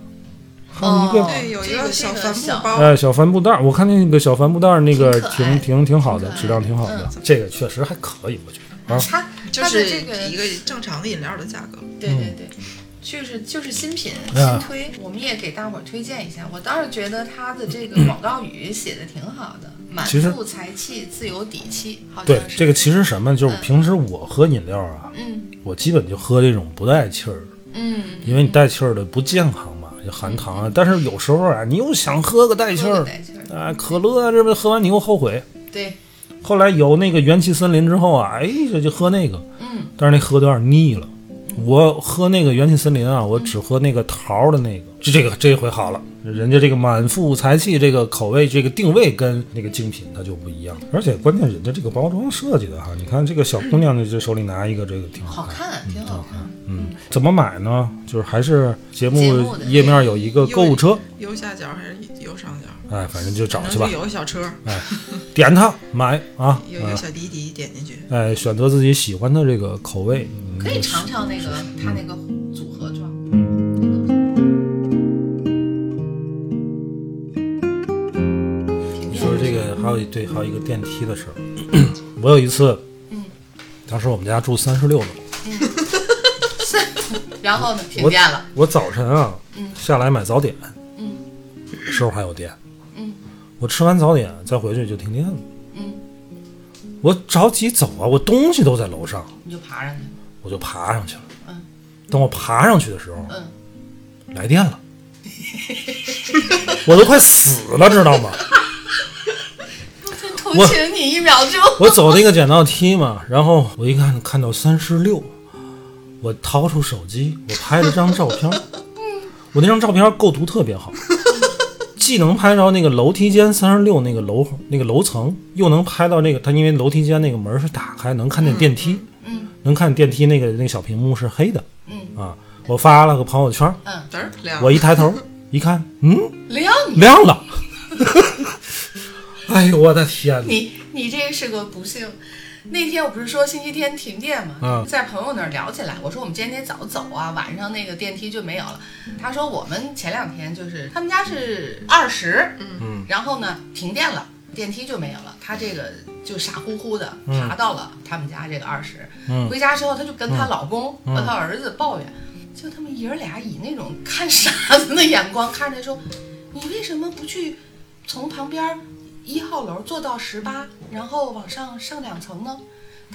还有一个
哦
对，有一
这个
个小
这个
帆布
小
嗯
包，
哎，小帆布袋儿，我看那个小帆布袋儿，那个
挺可爱
挺
嗯
挺挺好的
挺可，爱
质量挺好的，这个确实还可以，我觉得啊，
它
就
它的
是
这个
一个正常的饮料的价格。
对
嗯
对对，就是就是新品
哎
新推，我们也给大伙儿推荐一下。我倒是觉得它的这个广告语写的挺好的，满
嗯其实
腹才气，自有底气，好
对
像是
这个其实什么，就是
嗯
平时我喝饮料啊，
嗯
我基本就喝这种不带气儿的，
嗯，
因为你带气儿的不健康嘛，就含糖啊。但是有时候啊，你又想喝个带气
喝
儿
个，带气儿，
啊，可乐啊，这不喝完你又后悔。
对，
后来有那个元气森林之后啊，哎，这就喝那个，
嗯，
但是那喝的有点腻了。我喝那个元气森林啊，我只喝那个桃儿的那个。这这个这回好了，人家这个满腹才气这个口味这个定位跟那个精品它就不一样，而且关键人家这个包装设计的哈，你看这个小姑娘的这手里拿一个，这个挺
好
看。
看，挺好看。
嗯，怎么买呢？就是还是节
节
目
目的
页面有一
呃
个购物车，
右下角还是右上角？
哎，反正就找
可能
去
就
吧，哎
有个小车，
点它买啊，
有一
嗯
个小滴滴，点进去。
哎，选择自己喜欢的这个口味，嗯
可以尝尝那个它那个组合装，
你说这个还有一对，还有一个电梯的事儿。
嗯
我有一次，当时我们家住三十六楼，
然后呢，停
我
电了，嗯
我早晨啊，下来买早点，时候还有电，
嗯
我吃完早点再回去就停电了，我着急走啊，我东西都在楼上，
你就爬上去了。
我就爬上去了
嗯。
等我爬上去的时候，
嗯
来电了， 我都快死了，知道吗？
同
我
情你一秒钟，
我走那个剪刀梯嘛，然后我一看看到三十六，我掏出手机，我拍了张照片儿，
嗯
我那张照片儿构图特别好，既能拍着那个楼梯间三十六那个楼那个楼层，又能拍到那个它因为楼梯间那个门是打开，能看见电梯，
嗯
能看电梯那个那个小屏幕是黑的
嗯
啊。我发了个朋友圈儿，
嘚儿亮
我一抬 头一看，嗯，
亮你。
亮了。哎呦我的天哪！
你你这个是个不幸。那天我不是说星期天停电嘛，
嗯
在朋友那儿聊起来，我说我们今天得早走啊，晚上那个电梯就没有了。他说我们前两天就是他们家是二十，嗯，然后呢停电了，电梯就没有了，他这个就傻乎乎的爬到了他们家这个二十、
嗯
回家之后，他就跟她老公和她儿子抱怨，就他们爷儿俩以那种看傻子的眼光看着他说，你为什么不去从旁边儿一号楼坐到十八，然后往上上两层呢？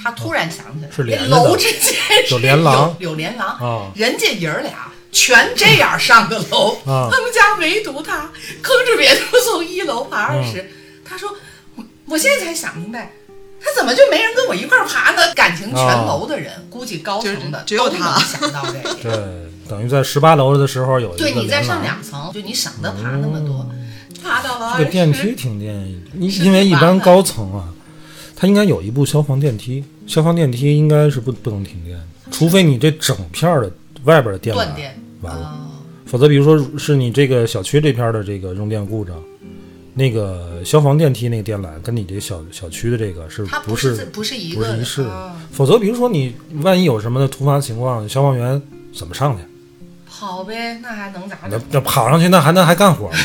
他突然想起来，
是连着
这
的
楼之间是
有连廊
有有连廊
啊
人家爷儿俩全这样上的楼，
啊
他们家唯独他吭哧瘪肚从一楼爬二
嗯
十、他说，我我现在才想明白。他怎么就没人跟我一块儿爬呢？感情全
啊
楼的人，估计高层的
就是只有
都
他
能想到这一点。
对，呃等于在十八楼的时候有一个
对，你再
连
上
廊。
两层，就你省得爬那么多，爬到了
这个电
20
梯停电，因
是
因为
挺
一
麻
般
烦
高层啊，它应该有一部消防电梯，消防电梯应该是不不能停电的，除非你这整片儿的外边的电
嗯断
缆
电
完了，
哦
否则比如说是你这个小区这片儿的这个用电故障，那个消防电梯那个电缆跟你这小小区的这个是
它
不
不
是
自不是一
不
个
是一
的
式的
啊？
否则比如说你万一有什么的突发情况，消防员怎么上去？
好呗，那还能咋
那
整？
那跑上去那还那还干活 吗？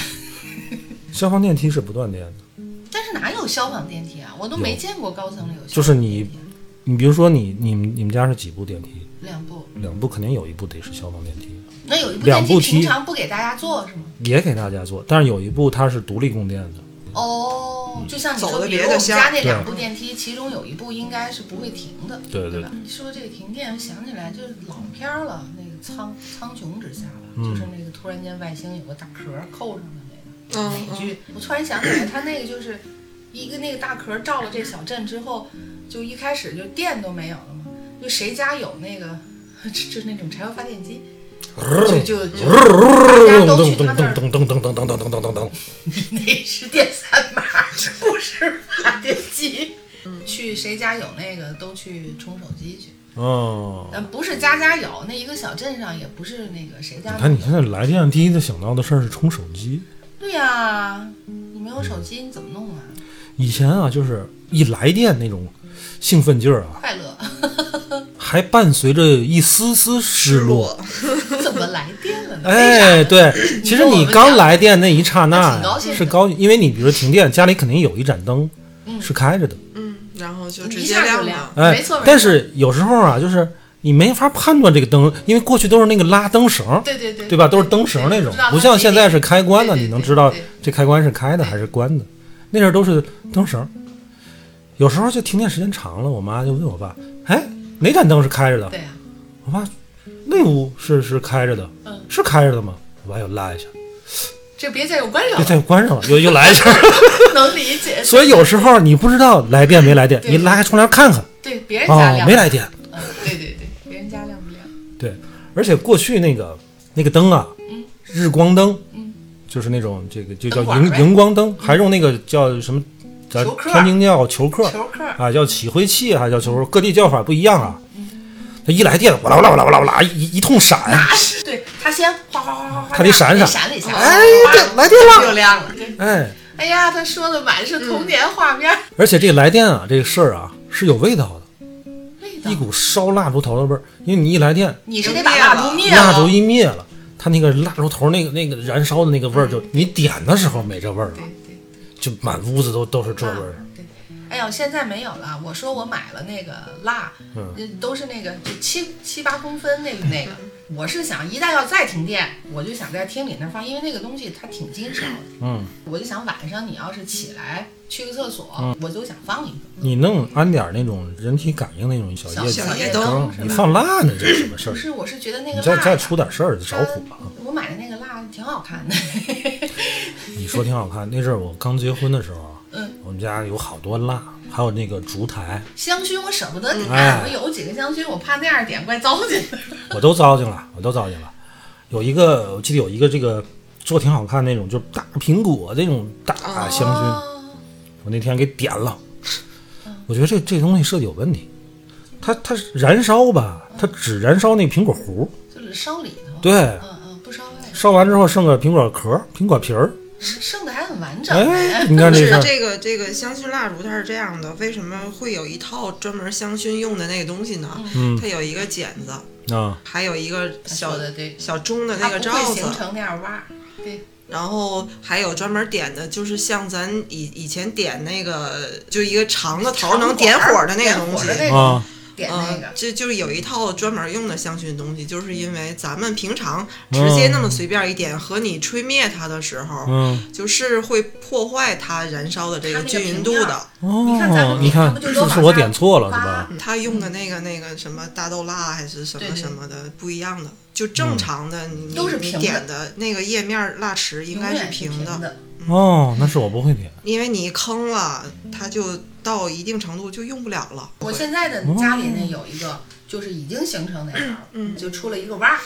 消防电梯是不断电的，
但是哪有消防电梯啊？我都没见过高层里有消防电梯。
就是你，你比如说你你们你们家是几部电梯？
两部，
两部肯定有一部得是消防电梯，
那有一部
两
电
部
梯
梯
平常不给大家坐是吗？
也给大家做，但是有一部它是独立供电的。嗯
哦，就像你
走
说，
得
比如
别
我
的
们
线
家
儿
那两部电梯，其中有一部应该是不会停的，
对对
吧？一说这个停电，想起来就是老片儿
嗯
了，那个苍苍穹之下吧，就是那个突然间外星有个大壳扣上的那个，
嗯
美剧。我突然想起来，它那个就是一个那个大壳罩了这小镇之后，就一开始就电都没有了嘛，就谁家有那个 就是那种柴油发电机， 就就
嗯
嗯
就大家都去他那儿
噔噔噔噔噔噔噔噔噔噔，
那是电三把，不是发电机。去谁家有那个都去充手机去，
嗯，
但不是家家有，那一个小镇上也不是那个谁
你
家没有。
看你现在来电第一个想到的事儿是充手机。
对呀、你没有手机你怎么弄啊？
以前啊，就是一来电那种兴奋劲儿啊，
快乐
还伴随着一丝丝失落。
怎么来电了呢？
哎，对，其实你刚来电那一刹
还
那
挺高兴的
是高，因为你比如停电，家里肯定有一盏灯是开着的，
嗯，然后就
你
直
一
接
下就
亮
亮
了。
哎，
没错没错
但是有时候啊，就是你没法判断这个灯，因为过去都是那个拉灯绳儿，
对对对，
对吧？都是灯绳儿那种
知道，它
不像现在是开关的，
对对
你能知道
对对
这开关是开的还是关的。那阵儿都是灯绳儿，有时候就停电时间长了，我妈就问我爸：“哎，哪盏灯是开着的
对呀、
我爸：“那屋是是开着的，
嗯
是开着的吗？”我爸又拉一下，
这别再有关
又
上
再
了，
又关上了，又又来一下。
能理解。
所以有时候你不知道来电没来电，
对
你拉开窗帘看看，
对别人家
哦，
亮，
没来电。
嗯，对对对，别人家亮不亮？
对，而且过去那个那个灯啊，日光灯，就是那种这个就叫
嗯灯管
荧
呗嗯
荧光灯，还用那个叫什么，咱
球客
天津叫球客
球嗯客
啊，叫起灰器，还叫球客，各地叫法不一样啊。
嗯
它一来电，哇啦哇啦哇啦哇啦哇啦，一一通闪，
对他先哗哗哗哗哗，
它得闪
闪
闪
了一下，
哎
哗
这来电了
又亮了。对
哎，
哎呀，他说的满是童年画面，
而且这个来电啊，这个事儿啊是有味道
味
的，
道
一。股烧蜡烛头的味儿，因为你一来电，
你是得把
啊
蜡烛灭
蜡烛
了，
一灭了，它那个蜡烛头那个那个燃烧的那个味儿，就你点的时候没这味儿了
对，对。
就满屋子都都是这味儿。
对，哎呦，现在没有了。我说我买了那个蜡，嗯、都是那个就七七八公分那个那个。我是想一旦要再停电，我就想在厅里那儿放，因为那个东西它挺经烧的。
嗯，
我就想晚上你要是起来去个厕所，
嗯
我就想放一个。
你弄安点儿那种人体感应那种小叶子
小
小
夜
夜
灯
灯
是
你
吧？
放蜡那这什么事
不
儿？
是，我是觉得那个
你
蜡
再再
呀
出点事儿就着火
它
了。
我买的那个蜡挺好看的，
你说挺好看，那阵儿我刚结婚的时候，
嗯，
我们家有好多蜡，还有那个烛台，
香薰我舍不得点，
哎
我有几个香薰，我怕那样点怪糟践的。
我都糟践了，我都糟践了。有一个我记得有一个这个做挺好看那种，就是大苹果那种大香薰，
哦
我那天给点了，我觉得这这东西设计有问题，它它燃烧吧，它只燃烧那苹果核，
就是烧里头。
对，
嗯嗯，不烧外头。
烧完之后剩个苹果壳、苹果皮儿，
剩的还很完整
哎，你看
就
这
是
事儿，
这个这个香薰蜡烛它是这样的，为什么会有一套专门香薰用的那个东西呢？它有一个剪子，
啊，
还有一个小
说得对
小钟的
它
那个
不
罩
会
子
形，成那样洼。对，
然后还有专门点的，就是像咱以以前点那个，就一个长的头能点火的那个东西
点火的。那个
啊，
点那
嗯
个，
这就是有一套专门用的香薰东西，就是因为咱们平常直接那么随便一点，和你吹灭它的时候，
嗯，
就是会破坏它燃烧的这个均匀度
它那个平面儿
的。
你看咱
哦，
们
你看
他们就是都
不
往
是我
下
点错了是
挖
吧？
嗯他用的那个那个什么大豆蜡还是什
对
么
对
什么的不一样的，就
嗯
正常的你
都是
你
平的
点的那个页面蜡池应该
永远
平
的。
哦，那是我不会 点，
因为你坑了，它就到一定程度就用不了了。
我现在的家里那有一个，就是已经形成那样了，就出了一个洼。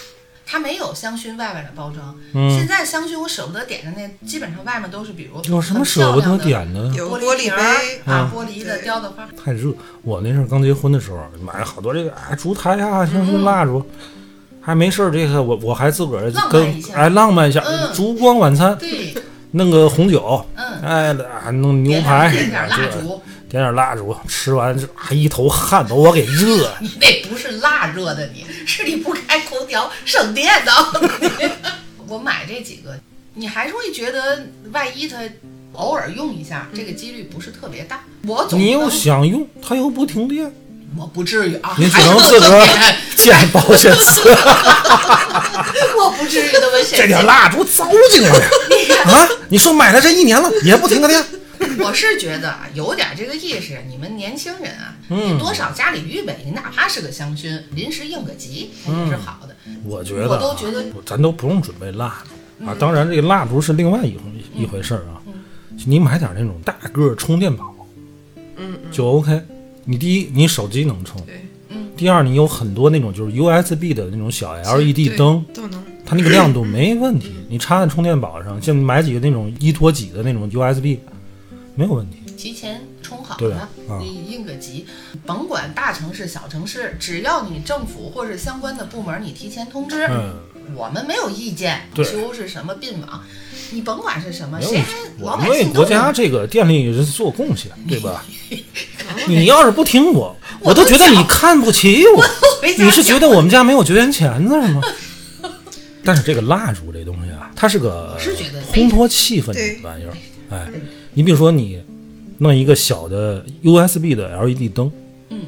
它没有香薰外面的包装，
嗯
现在香薰我舍不得点的那，基本上外面都是比如
有什么
很
舍不得
漂亮的
点的？嗯
有个
玻
玻
璃
璃
瓶儿
杯，
啊，玻璃的雕的花，
太热。我那阵儿刚结婚的时候，买了好多这个啊烛台啊，香薰蜡烛，还没事儿这个我我还自个儿
嗯浪漫
跟
一下
哎浪漫一下
嗯，
烛光晚餐，
对，
弄个红酒，
嗯
哎啊弄牛
点
排，啊
点点点蜡
这
烛，
点点蜡烛，吃完这还一头汗把我给热的。
你那不是蜡热的你，是你不开空调省电 的。我买这几个，你还是会觉得万一它偶尔用一下，这个几率不是特别大。我总
你又
能
想用，它又不停电，
我不至于啊，哎
你只能自 个儿建保险丝，
我不至于那 么
这
神
点
经。
蜡烛糟践了啊！你说买了这一年了，也不停个电，
我是觉得啊，有点这个意识，你们年轻人啊，
嗯
你多少家里预备，你哪怕是个香
嗯
薰，临时应个急也是好的。
我觉
我
得
都
啊
觉得
咱都不用准备蜡烛，啊。当然，这个蜡烛是另外一回一回事儿啊。你买点那种大个儿充电宝，
嗯
就 OK。你第一，你手机能充；
对
第二，你有很多那种就是 USB 的那种小
对
LED 灯，
都能
它那个亮度没问题。你插在充电宝上，像你买几个那种一拖几的那种 USB，没有问题。
提前充好
对
了
啊啊，
你应个急，甭管大城市、小城市，只要你政府或者相关的部门你提前通知，
嗯，
我们没有意见。
对
修是什么并网，你甭管是什么，
没有
谁
问
还
题。我
老
们
百
为
姓
国
都
家
能
这个电力是做贡献，对 吧？你要是不听我，我都觉得你看不起我。
回家
你是觉得我们家没有绝缘钳子是吗？但是这个蜡烛这东西啊，它是个
是觉得
烘托气氛
对
的玩意儿。哎，你比如说你弄一个小的 USB 的 LED 灯，
嗯，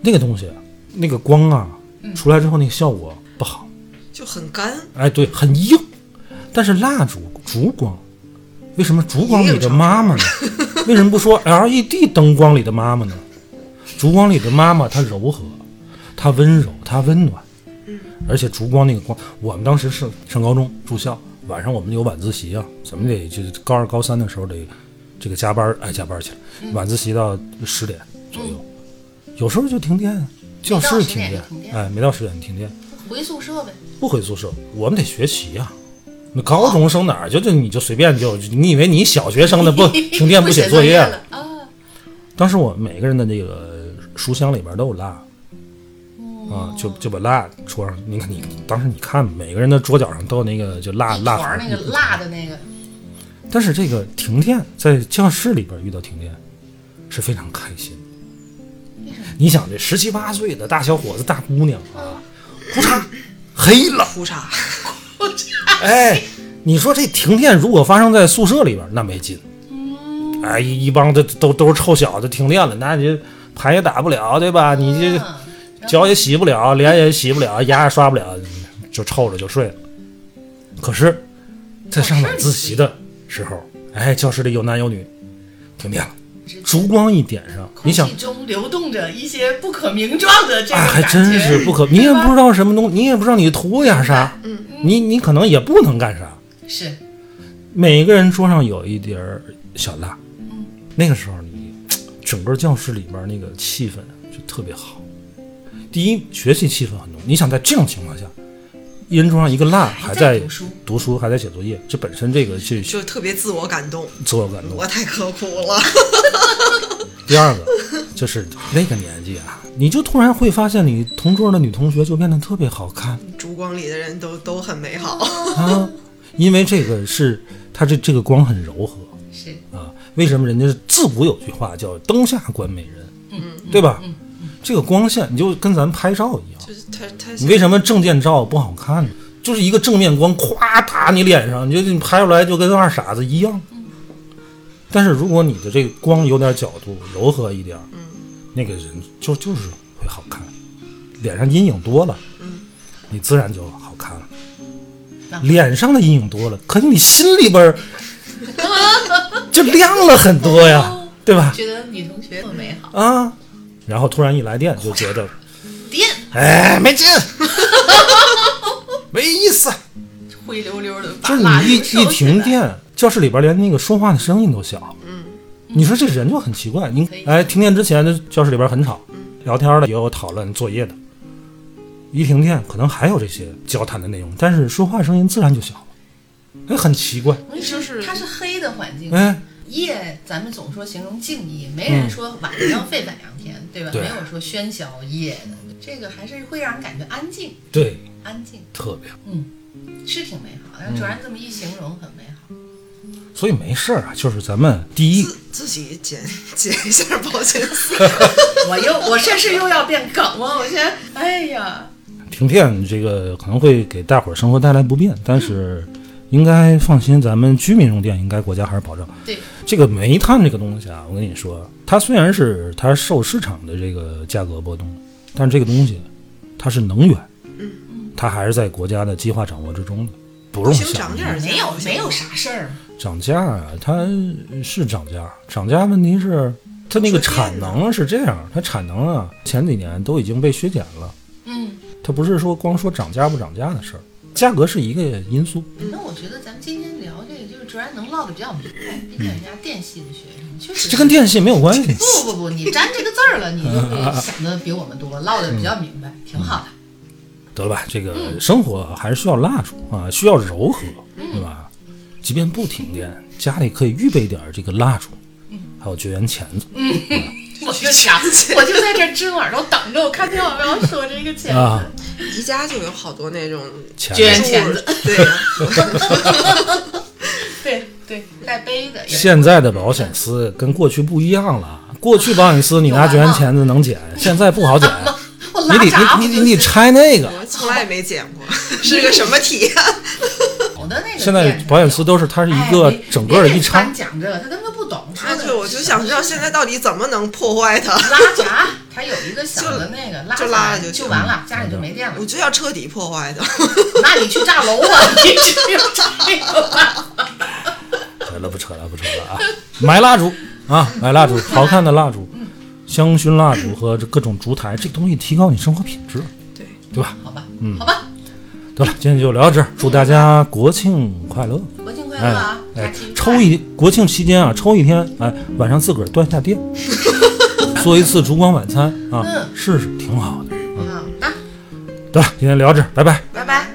那个东西啊那个光啊，出来之后那个效果不好。
就很干，
哎，对，很硬。但是蜡烛烛光，为什么烛光里的妈妈呢？为什么不说 LED 灯光里的妈妈呢？烛光里的妈妈她柔和，她温柔，她温暖。而且烛光那个光，我们当时是上高中住校，晚上我们有晚自习啊，怎么得就是高二高三的时候得这个加班儿，哎加班儿去了，
嗯
晚自习到十点左右，有时候就停电，教
没到
室
10
停
点
电
就停，电
哎没到十点停电，
回宿舍呗。
不回宿舍，我们得学习啊呀、那高中生哪儿就就你就随便就你以为你小学生的 不停电不
不
写
作
作业？
了啊？
当时我每个人的那个书箱里边都有蜡，
哦
啊，就就把蜡戳上。你看你当时你看每个人的桌角上都有那个就蜡
一
蜡
团
盒
儿那个辣的那个，
但是这个停电在教室里边遇到停电是非常开心的。你想这十七八岁的大小伙子大姑娘啊，裤衩黑了。
裤衩，
哎，你说这停电如果发生在宿舍里边儿，那没劲。哎，一一帮的都都是臭小子，停电了，那你这牌也打不了，
嗯
对吧？你这脚也洗不了，脸也洗不了，牙也刷不了，就臭着就睡了。可是，在上晚自习的时候，哎，教室里有男有女，停电了，烛光一点上，你
空
想
气中流动着一些不可名状的这种
哎，还
感觉，
真是不可，你也不知道嗯什么东，你也不知道你图点啥，你你可能也不能干啥。
是
每个人桌上有一碟儿小蜡，那个时候你整个教室里边那个气氛就特别好。第一，学习气氛很浓。你想在这种情况下，一人桌上一个蜡，还
在
在
读书
读书，还在写作业，这本身这个就
就特别自我感动，
自我感动。
我太刻苦了。
第二个就是那个年纪啊，你就突然会发现，你同桌的女同学就变得特别好看。
烛光里的人都都很美
哦
好，
啊，因为这个是它这这个光很柔和
是，
啊。为什么人家自古有句话叫“灯下观美人”，嗯，对吧？这个光线你就跟咱拍照一样，
就是他他
你为什么证件照不好看呢？就是一个正面光咵打你脸上，你就你拍出来就跟二傻子一样。但是如果你的这个光有点角度，柔和一点，
嗯
那个人就就是会好看，脸上阴影多了，
嗯
你自然就好看了。脸上的阴影多了，可是你心里 边儿就亮了很多呀，对吧？
觉得女同学很美好。
啊，然后突然一来电就觉得，
电
哎，没劲，没意思。
灰溜溜的，
就是你一一停，电，教室里边连那个说话的声音都小。嗯，你说这人就很奇怪。你
以嗯
哎，停电之前，教室里边很吵，聊天的也有讨论作业的。一停电，可能还有这些交谈的内容，但是说话声音自然就小了。哎，很奇怪。
就是它是黑的环境。
哎，
夜，咱们总说形容静夜，没人说晚上沸反两天，对吧？
对
没有说喧嚣夜的，这个还是会让人感觉安静，
对，
安静
特别。
是挺美好
嗯
的。让卓然这么一形容，很美好。
所以没事儿啊，就是咱们第一，
自自己剪 剪一下保险丝，
我又，我这是又要变梗了，我现在，哎呀，
停电这个可能会给大伙儿生活带来不便，但是应该放心，咱们居民用电应该国家还是保障。
对，
这个煤炭这个东西啊，我跟你说，它虽然是它受市场的这个价格波动，但这个东西它是能源，
嗯
它还是在国家的计划掌握之中的， 不用
行
想
长点儿，
没有没有啥事儿，
涨价啊，它是涨价，涨价问题是它那个产能是这样，它产能啊前几年都已经被削减了，
嗯，
它不是说光说涨价不涨价的事儿，价格是一个因素。
那我觉得咱们今天聊这个，就是卓然能唠的比较明白，毕竟人家电系的学生，确实
这跟电器没有关系。
不不不，你沾这个字儿了，你就 会想的比我们多，唠的比较明白，挺好的。
嗯
得了吧，这个生活还是需要蜡烛啊，需要柔和，
嗯
对吧？即便不停电，家里可以预备点儿这个蜡烛，还有绝缘钳子
我就想，我就在这儿支耳朵等着，我看他有没有说这个钱。
啊，
宜家就有好多那种
钳
绝缘
子。
钳子，
对，
对对，带杯的也是。
现在的保险丝跟过去不一样了，过去保险丝你拿绝缘钳子能剪，现在不好剪，
我
你
拉闸
得
不
你你
就行
你你拆那个。
我从来没剪过，是个什么体验？
有的那个
现在
店
保险丝都是它是一个
哎别
整个
别
一
给他
插，
讲这个，他根本不懂。说
那
的
就哎我就想知道现在到底怎么能破坏它，
拉闸，它有一个小的那个拉
就
闸，
拉着就行
完了，家里就没电了
我。就要彻底破坏它。
那你去炸楼吧，你去 啊这个吧。
扯了不扯了不扯了啊！ 买蜡烛啊，买蜡烛，好看的蜡烛，香薰蜡烛和这各种烛台，这东西提高你生活品质，
对，
对吧？嗯
好吧，好吧，
得了，今天就聊到这儿，祝大家国庆快乐！
国庆快乐
哎
啊！假
哎
期愉，快
抽一国庆期间啊，抽一天，哎，晚上自个儿断一下 电，做一次烛光晚餐啊，试试挺好的。
嗯，那
得了，今天聊到这儿，拜拜。
拜拜。